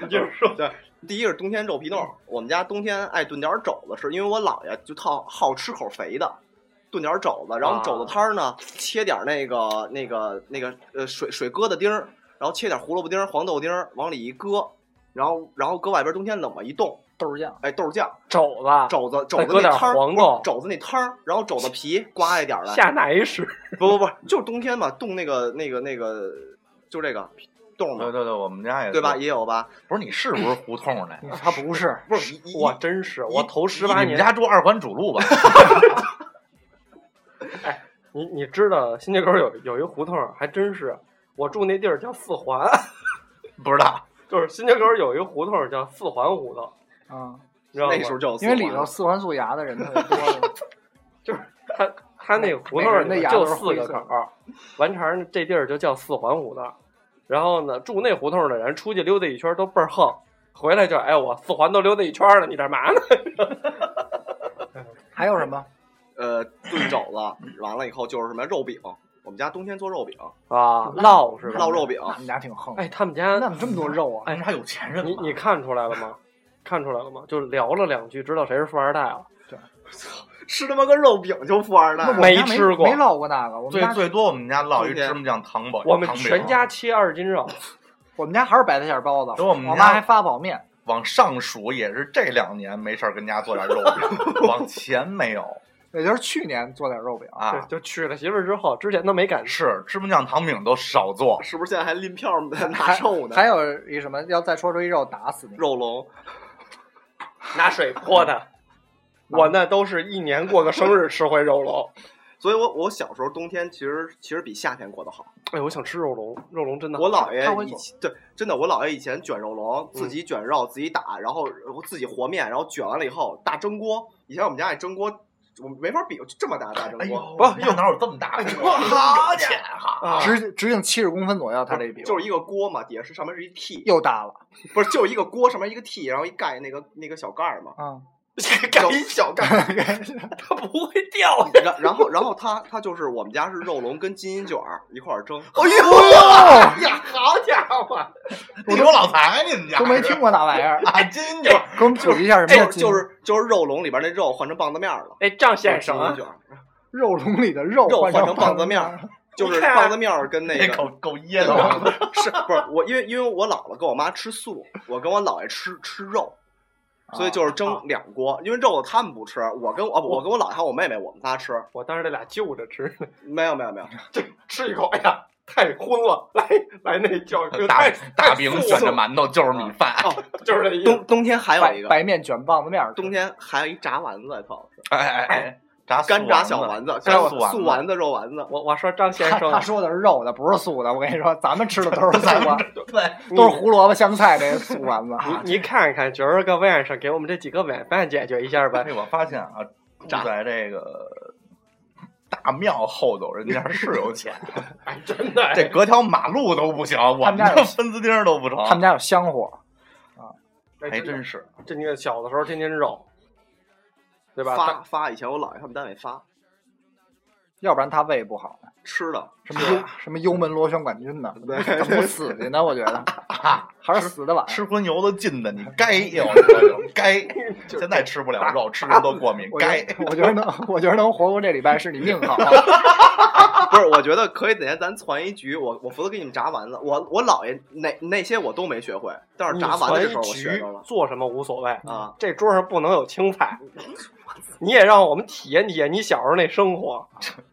S3: 你就是说，
S4: 第一个是冬天肉皮
S1: 嗯
S4: 冻，我们家冬天爱炖点肘子吃，因为我姥爷就好好吃口肥的，炖点肘子，然后
S3: 啊
S4: 肘子摊儿呢切点那个那个那个呃水水疙瘩丁儿，然后切点胡萝卜丁儿、黄豆丁儿往里一搁，然后然后搁外边冬天冷了一冻，
S1: 豆儿酱，
S4: 哎豆酱，
S3: 肘子
S4: 肘子肘
S3: 再
S4: 子
S3: 搁
S4: 那
S3: 点
S4: 摊儿，
S3: 黄
S4: 不是
S3: 豆
S4: 肘子那摊儿，然后肘子皮刮一点儿 来，
S3: 下奶屎，
S4: 不不不，就是冬天嘛，冻那个那个那个，就这个冻
S2: 对
S4: 嘛，
S2: 对对，我们
S1: 呃
S2: 家也
S4: 对吧？
S2: 是
S4: 也有吧？
S2: 不是你是不是胡同的？
S1: 他不是，
S4: 不是，一一
S3: 我真是我头十
S2: 你
S3: 八
S2: 们
S3: 年，
S2: 家住二环主路吧？
S3: 你你知道新街口有有一胡同，还真是我住那地儿叫四环，
S2: 不知道，
S3: 就是新街口有一胡同叫四环胡同，
S1: 嗯，
S3: 你知道吗？
S4: 那时候就有
S1: 因为
S4: 四
S1: 里
S4: 环
S1: 头四环素牙的人特别多，
S3: 他他那胡同里就四个口儿，完茬儿这地儿就叫四环胡同。然后呢，住那胡同的人出去溜达一圈都倍儿横，回来就哎我四环都溜达一圈了，你干嘛呢？
S1: 还有什么？
S4: 呃炖肘子，完了以后就是什么肉饼，我们家冬天做肉饼，
S3: 啊，烙是吧？
S1: 嗯
S4: 烙肉饼，
S1: 你们家挺横，
S3: 哎，他们
S1: 那
S3: 家
S1: 怎么这么多肉啊？
S2: 俺哎家有钱人
S3: 你
S2: 了
S3: 你看出来了吗？看出来了吗？就聊了两句，知道谁是富二代了。
S4: 吃他妈个肉饼就富二代
S1: 那我，们
S3: 没
S1: 家没
S3: 吃过
S1: 没烙过那个。我们
S2: 最
S1: 家
S2: 最多我们家烙一
S4: 冬天
S2: 芝麻酱糖饼，
S3: 我们
S2: 糖饼
S3: 全家切二斤肉，
S1: 我们家还是白菜馅儿包子，
S2: 等我们家
S1: 妈还发泡面。
S2: 往上数也是这两年没事儿跟家做点肉饼，往前没有
S1: 也就是去年做点肉饼，
S3: 对，
S2: 啊。
S3: 就娶了媳妇儿之后，之前都没敢吃。
S2: 是芝麻酱糖饼都少做，
S4: 是不是现在还拎票 拿
S1: 还
S4: 肉呢？
S1: 还有一什么？要再说出一肉，打死你！
S4: 肉龙，
S3: 拿水泼它。 我那都是一年过个生日吃回肉龙。
S4: 所以我我小时候冬天其实其实比夏天过得好。
S3: 哎，我想吃肉龙，肉龙真的好
S4: 我
S3: 吃。
S4: 姥爷
S1: 他会
S4: 以
S1: 做嗯
S4: 前对，真的，我姥爷以前卷肉龙，自己卷肉，自己打，然后呃自己和面，然后卷完了以后大蒸锅。以前我们家那蒸锅，我没法比，就这么大大蒸
S2: 哎
S4: 锅，
S2: 呦，
S3: 不
S2: 又哪有这么大的？
S4: 好家
S2: 伙！
S3: 啊，
S1: 直直径七十公分左右，它这一比
S4: 就是一个锅嘛，底下是上面是一屉，
S1: 又大了
S4: 不是就是一个锅，上面一个屉，然后一盖那个那个小盖儿嘛，
S1: 啊！
S4: 盖一小盖儿。
S3: 它不会掉 的。
S4: 然然后然后他他就是我们家是肉龙跟金银卷儿一块儿蒸，
S1: 哎
S4: 呀，好家伙，
S2: 地主老财，你们家
S1: 呦，都没听过那玩 意儿，
S2: 啊，金家
S1: 给我们普及一下什么
S4: 哎就
S1: 叫
S4: 是就是就是肉龙里边那肉换成棒子面儿了，
S3: 哎，张
S4: 金
S3: 先生啊
S4: 银，卷儿
S1: 肉笼里的肉
S4: 肉哦换成
S1: 成
S4: 棒子面
S1: 儿
S4: 儿， 就是
S3: 你看啊
S4: 棒子面儿跟那
S2: 那
S4: 个
S2: 够够 噎的吧？
S4: 是不是我？因为因为我姥姥跟我妈吃素，我跟我姥爷吃吃肉，所以就是
S3: 啊
S4: 蒸两锅。因为肉他们不吃，我跟我啊不我跟我姥爷还有我妹妹，我们仨吃。
S3: 我当时这俩就着吃，
S4: 没有没有没有，
S3: 这吃一口，哎呀，太昏了，来来那 叫
S2: 大
S3: 太
S2: 大饼卷着
S3: 嘛，
S2: 馒头就是米饭。
S3: 就是这意思。
S4: 冬冬天还有
S1: 白
S4: 一个，
S1: 白面卷棒子面儿，
S4: 冬天还有一炸丸子，特好吃，
S2: 哎哎哎，炸素
S4: 干炸小
S2: 丸子，
S4: 丸子，
S2: 炸
S4: 干
S2: 素丸子
S4: 素丸子、肉丸子。
S3: 我我说张先
S1: 他
S3: 生
S1: 他，说的是肉的，不是素的。我跟你说，咱们吃的 都是素
S2: 咱
S1: 丸，
S2: 对，
S1: 都是胡萝卜、香菜这素丸子。
S3: 你你看看，今儿个晚上给我们这几个晚饭解决一下吧。
S2: 哎，我发现啊，住
S3: 嗯
S4: 炸
S2: 在这个大庙后头，人家是有钱，
S3: 哎，真的，
S2: 这隔条马路都不行，我
S1: 他们家有
S2: 这分丝钉都不成。
S1: 他们家有香火，
S3: 哎
S2: 还真是，
S3: 这你看小的时候天天肉，对吧？
S4: 发发，以前我姥爷他们单位发
S1: 要不然他胃不好。
S4: 吃的，
S1: 什么幽什么幽门螺旋 杆菌呢？
S4: 对
S1: 怎么不死去呢？我觉 得还是死的晚。
S2: 吃荤油的进的，你该有有该。现在吃不了肉，吃人都过敏，
S1: 我觉
S2: 该
S1: 得我觉得能，我觉得能活过这礼拜是你啊命好。，
S4: 不是？我觉得可以，哪天咱攒一局，我我负责给你们炸丸子。我我姥爷那那些我都没学会，但是
S3: 你
S4: 炸丸子
S3: 攒
S4: 的
S3: 一
S4: 时候我学
S3: 局
S4: 着了
S3: 做什么无所谓，
S4: 啊。
S3: 这桌上不能有青菜。 你也让我们体验体验你小时候那生 活。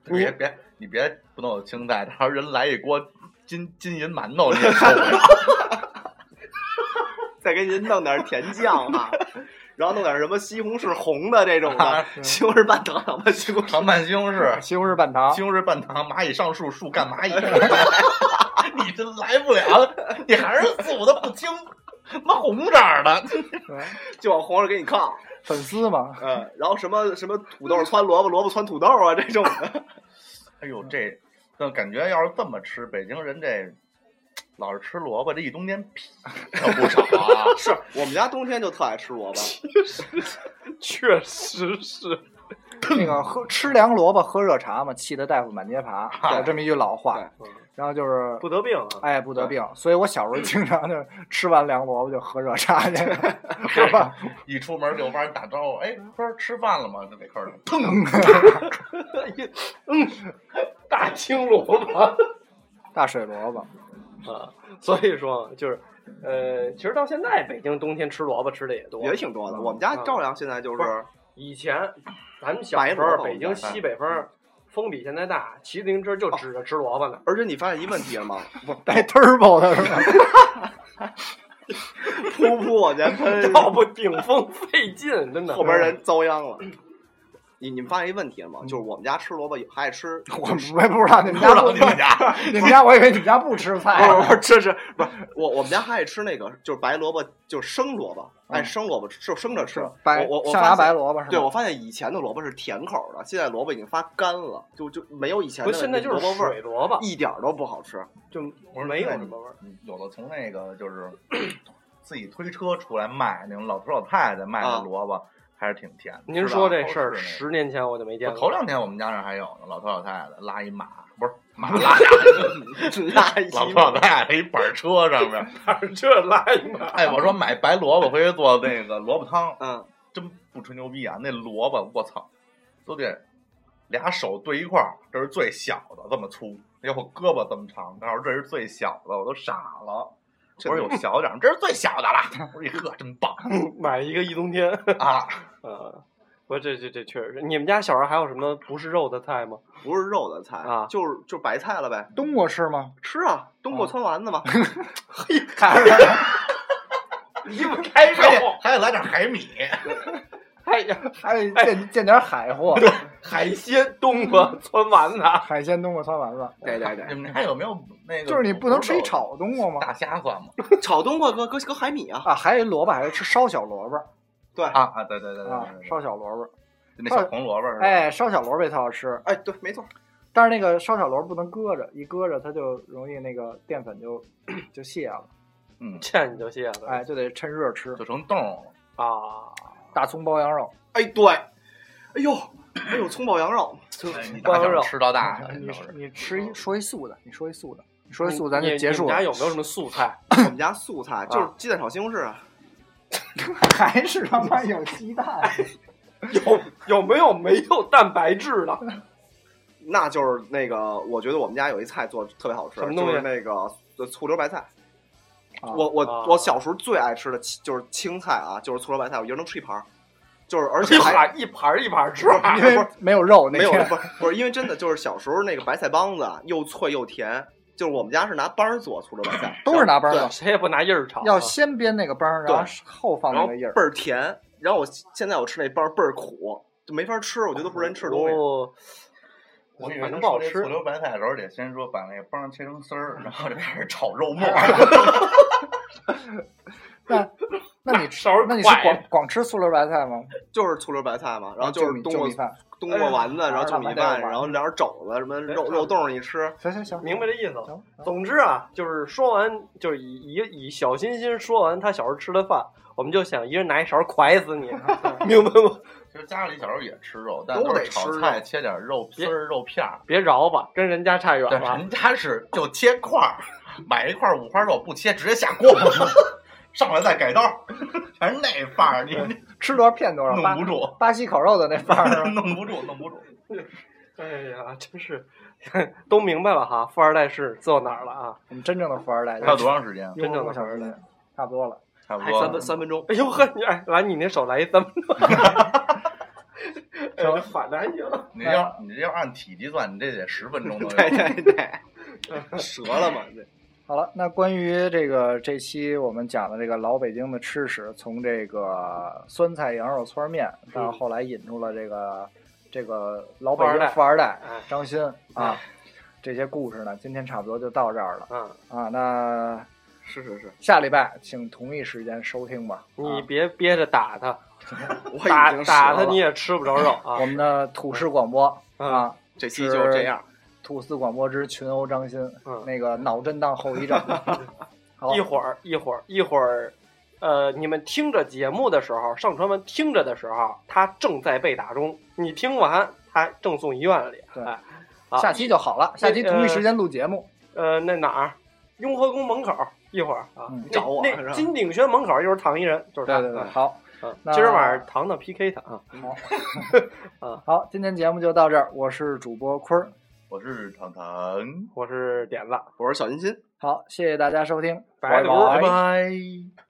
S2: 别别，你别不能有清淡，到时候人来一锅金金银馒头，你也受不了。
S4: 再给您弄点甜酱哈。啊然后弄点什么西红柿红的这种
S3: 啊
S4: 的西红柿拌糖，什么西红柿
S2: 糖拌西红
S4: 啊
S2: 柿，
S1: 西红柿拌糖
S3: 啊
S2: 西，红柿拌糖，蚂蚁上树，树干蚂蚁。 你这来不了，你还是死的不轻，妈红色儿的，
S1: 对
S4: 就往红上给你炕。
S1: 粉丝嘛，
S4: 嗯，然后什么什么土豆汆萝卜，萝卜汆土豆啊这种 的。
S2: 哎呦，这那感觉要是这么吃，北京人这老是吃萝卜，这一冬天皮可不少啊。
S4: 是我们家冬天就特爱吃萝卜，
S3: 确实是，
S1: 那个喝吃凉萝卜喝热茶嘛，气得大夫满街爬，有这么一句老话
S4: 对。
S1: 然后就是
S3: 不得病啊。
S1: 哎，不得病。所以我小
S4: 嗯
S1: 时候经常就吃完凉萝卜就喝热茶 去，是吧？
S2: 一出门遛弯儿打招呼，哎，不是吃饭了吗？这得客人 砰，
S3: 嗯，大青萝卜。
S1: 大水萝卜，
S3: 啊，所以说就是，呃，其实到现在北京冬天吃萝卜吃的也多。
S4: 也挺多的。我们家照样现在就
S3: 嗯不
S4: 是
S3: 以前咱们小
S4: 白
S3: 时
S4: 萝
S3: 候，
S4: 卜
S3: 北京西北风风比现在大，骑自行车
S4: 哦
S3: 就指着吃萝卜呢。
S4: 而且你发现一问题了吗？不是
S1: 带 turbo 的是吧？
S4: 噗噗往前 喷，
S3: 要不顶风费劲，真的。
S4: 呃后边人遭殃
S3: 嗯
S4: 了。你你们发现一问题了吗？就是我们家吃萝卜也还爱吃，
S1: 我我也不知道你
S2: 不
S1: 们
S2: 知
S1: 家
S2: 道
S1: 不
S2: 你们家
S1: 你们家我以为你们家不吃
S4: 不
S1: 菜啊
S4: 是
S1: 呢
S4: 不。是，这是不是我我们家还爱吃那个，就是白萝卜，就是生萝卜，
S1: 嗯
S4: 爱生萝卜吃，就生着吃
S1: 是。白
S4: 我我我
S1: 象
S4: 发
S1: 牙
S4: 现
S1: 白萝卜是吧？
S4: 对，我发现以前的萝卜是甜口的，现在萝卜已经发干了，就就没有以前
S3: 不
S4: 的
S3: 是，现在就
S4: 萝
S3: 是
S4: 卜味儿，
S3: 水萝卜，
S4: 一点儿都不好 吃。
S3: 就
S2: 我说
S3: 没有
S2: 那
S3: 什么味儿。
S2: 有的从那个就是自己推车出来卖那种老头老太太卖
S4: 啊
S2: 的萝卜，还是挺甜的。
S3: 您
S2: 是
S3: 说
S2: 吧
S3: 这事儿，
S2: 超市
S3: 十年前我就没
S2: 那
S3: 见
S2: 个
S3: 过。
S2: 头两天我们家那儿还有呢，老头老太太拉一马，不是马拉一
S4: 那一
S2: 老头老太太一板车上面，
S3: 这来嘛？
S2: 哎，我说买白萝卜回去做那个萝卜汤，
S4: 嗯，
S2: 真不吹牛逼啊！那萝卜，我操，都得俩手对一块儿，这是最小的，这么粗，要我胳膊这么长，然后这是最小的，我都傻了。我说有小点儿，这是最小的了。我说你呵，真 棒
S3: 买一个一冬天
S2: 啊！
S3: 啊！我这这这确实是。你们家小时候还有什么不是肉的菜吗？
S4: 不是肉的菜
S3: 啊
S4: 就是就是白菜了呗，
S1: 冬瓜吃吗？
S4: 吃啊，冬瓜汆丸 子嘛。
S3: 离不开
S2: 还得还得来点海米，
S3: 哎呀，
S1: 还得见见点海货，
S3: 海鲜、冬瓜、汆丸子，
S1: 海鲜冬瓜汆丸子。
S4: 对对
S2: 你
S4: 对，
S2: 们家有没有那个？
S1: 就是你不能吃一炒冬瓜吗？
S2: 大虾算吗？
S4: 炒冬瓜搁搁搁海米啊，
S1: 啊，还有一萝卜，还是吃烧小萝卜
S4: 对，
S2: 啊啊，对对对对
S1: 啊
S2: 对，对，
S1: 烧小萝卜。
S2: 那小红萝卜是吧？
S1: 哎，烧小萝卜也特好吃，
S4: 哎对，没错，
S1: 但是那个烧小萝卜不能搁着，一搁着它就容易那个淀粉就 就泄了，
S2: 嗯，
S3: 欠你就谢了。
S1: 哎，就得趁热吃。
S2: 就成冻了。
S3: 啊，
S1: 大葱包羊肉，
S4: 哎对，哎呦哎呦，葱爆羊肉，
S2: 哎你
S3: 光
S2: 打小
S3: 肉
S2: 吃到大呀，
S1: 啊嗯你
S2: 真是
S1: 你吃一说一素的，你说一素的，你说一素
S3: 你
S1: 咱就
S3: 你
S1: 结束
S3: 你们家
S1: 了。
S3: 有没有什么素菜？
S4: 我们家素 菜就是鸡蛋炒西红柿啊，
S1: 还是他妈有鸡蛋，啊
S3: 有有没有没有蛋白质的？
S4: 那就是那个，我觉得我们家有一菜做得特别好吃，
S3: 什么东西
S4: 就是那个呃醋溜白菜。
S1: 啊
S4: 我我、
S3: 啊
S4: 我小时候最爱吃的青就是青菜啊，就是醋溜白菜，我一人能吃一盘儿，就是而 且
S3: 一
S4: 还
S3: 盘一盘一盘吃啊
S4: 不。是
S1: 因
S4: 不是
S1: 为 没有肉那
S4: 没有
S1: 天。
S4: 不是不是因为真的就是小时候那个白菜帮子啊又脆又甜，就是我们家是拿班儿做醋溜白菜，
S1: 都是拿班儿的，
S3: 谁也不拿印儿炒啊，
S1: 要先煸那个帮，嗯然后
S4: 对
S1: 后放
S4: 然
S1: 那
S4: 后
S1: 个叶儿
S4: 倍。儿甜，然后我现在我吃那班儿倍儿苦，就没法吃，我觉得不是人吃的东西。
S3: 哦
S2: 我以为
S3: 反
S2: 他
S3: 正不好
S2: 说这
S3: 吃
S2: 醋溜白菜的时候，得先说把那个帮切成丝儿，然后就开始炒肉末儿。
S1: 那那 你
S3: 勺儿
S1: 那你是
S3: 快
S1: 光光吃素溜白菜吗？
S4: 就是醋溜白菜嘛，然后
S1: 就
S4: 啊就是冬
S1: 米
S4: 瓜
S1: 饭。
S4: 冬瓜丸子，
S1: 哎呀
S4: 然后就米
S1: 白菜
S4: 饭，
S1: 丸子
S4: 然后两点肘子，什么肉
S3: 哎
S4: 肉冻一吃，
S1: 行行行，
S3: 明白这意思了。
S1: 行。行
S3: 总之啊，就是说完，就是以以以小欣欣说完他小时候吃的饭，我们就想一人拿一勺㧟死你，啊明白吗？
S2: 其实家里小时候也吃肉，但
S4: 都
S2: 都
S4: 得
S2: 是炒
S4: 吃
S2: 菜
S4: 肉
S2: 切点肉丝
S3: 别
S2: 儿、肉片儿。
S3: 别饶吧，跟人家差远
S2: 对，
S3: 了。啊
S2: 人家是就切块儿，买一块五花肉不切，直接下锅，上来再改刀，全是那范儿，你你
S1: 吃多少骗多少，
S2: 弄
S1: 巴
S2: 不住，
S1: 巴西烤肉的那范儿是 吧
S2: 弄不住，弄不住。
S3: 哎呀，真是 都明白了哈，富二代是做哪儿了啊？
S1: 我们真正的富二代
S2: 还有多长时间？啊
S1: 用
S3: 真正的
S1: 小
S3: 富
S1: 时
S3: 二代
S1: 间，差不多了。
S2: 差不
S4: 还
S2: 多
S4: 三分三分钟。
S3: 哎呦呵，你哎，来你那手来一三分钟，哎，反的还行。
S2: 你 这要你这要按体积算，你这得十分钟都有。
S4: 对对对，折了嘛？这
S1: 好了，那关于这个这期我们讲的这个老北京的吃食，从这个酸菜羊肉汆面，到
S3: 嗯
S1: 后来引出了这个这个老
S3: 富
S1: 北
S3: 二
S1: 京
S3: 代
S1: 富二代
S3: 哎
S1: 张鑫啊，这些故事呢，今天差不多就到这儿了
S3: 啊，
S1: 啊。那
S4: 是是是，
S1: 下礼拜请同一时间收听吧。
S3: 你别憋着打他，
S4: 我已
S3: 打
S4: 经
S3: 打
S4: 折
S3: 他
S4: 了
S3: 你也吃不着肉啊
S1: 我。们的土式广播
S3: 嗯
S1: 啊，
S4: 这期就这样，
S1: 吐司广播之群殴张鑫
S3: 嗯，
S1: 那个脑震荡后 遗症。好
S3: 一，会儿一会儿一会儿，呃，你们听着节目的时候，上传完听着的时候，他正在被打中。你听完，他正送医院里。
S1: 对
S3: 哎，好
S1: 下期就好了，下期
S3: 那个
S1: 同一时间录节目。
S3: 呃，那哪儿？雍和宫门口一会儿啊，
S1: 嗯
S3: 那
S4: 找我是吧
S3: 那金鼎轩门口一会儿躺一人，就是
S1: 对
S3: 他。
S1: 对对，
S3: 啊
S1: 好。
S3: 啊
S1: 那
S3: 今儿晚上糖糖 PK 他啊，嗯
S1: 好，今天节目就到这儿，我是主播坤儿。
S2: 我是糖糖。
S3: 我是点子，
S4: 我是小欣欣。
S1: 好，谢谢大家收听，拜
S3: 拜拜。
S2: 拜。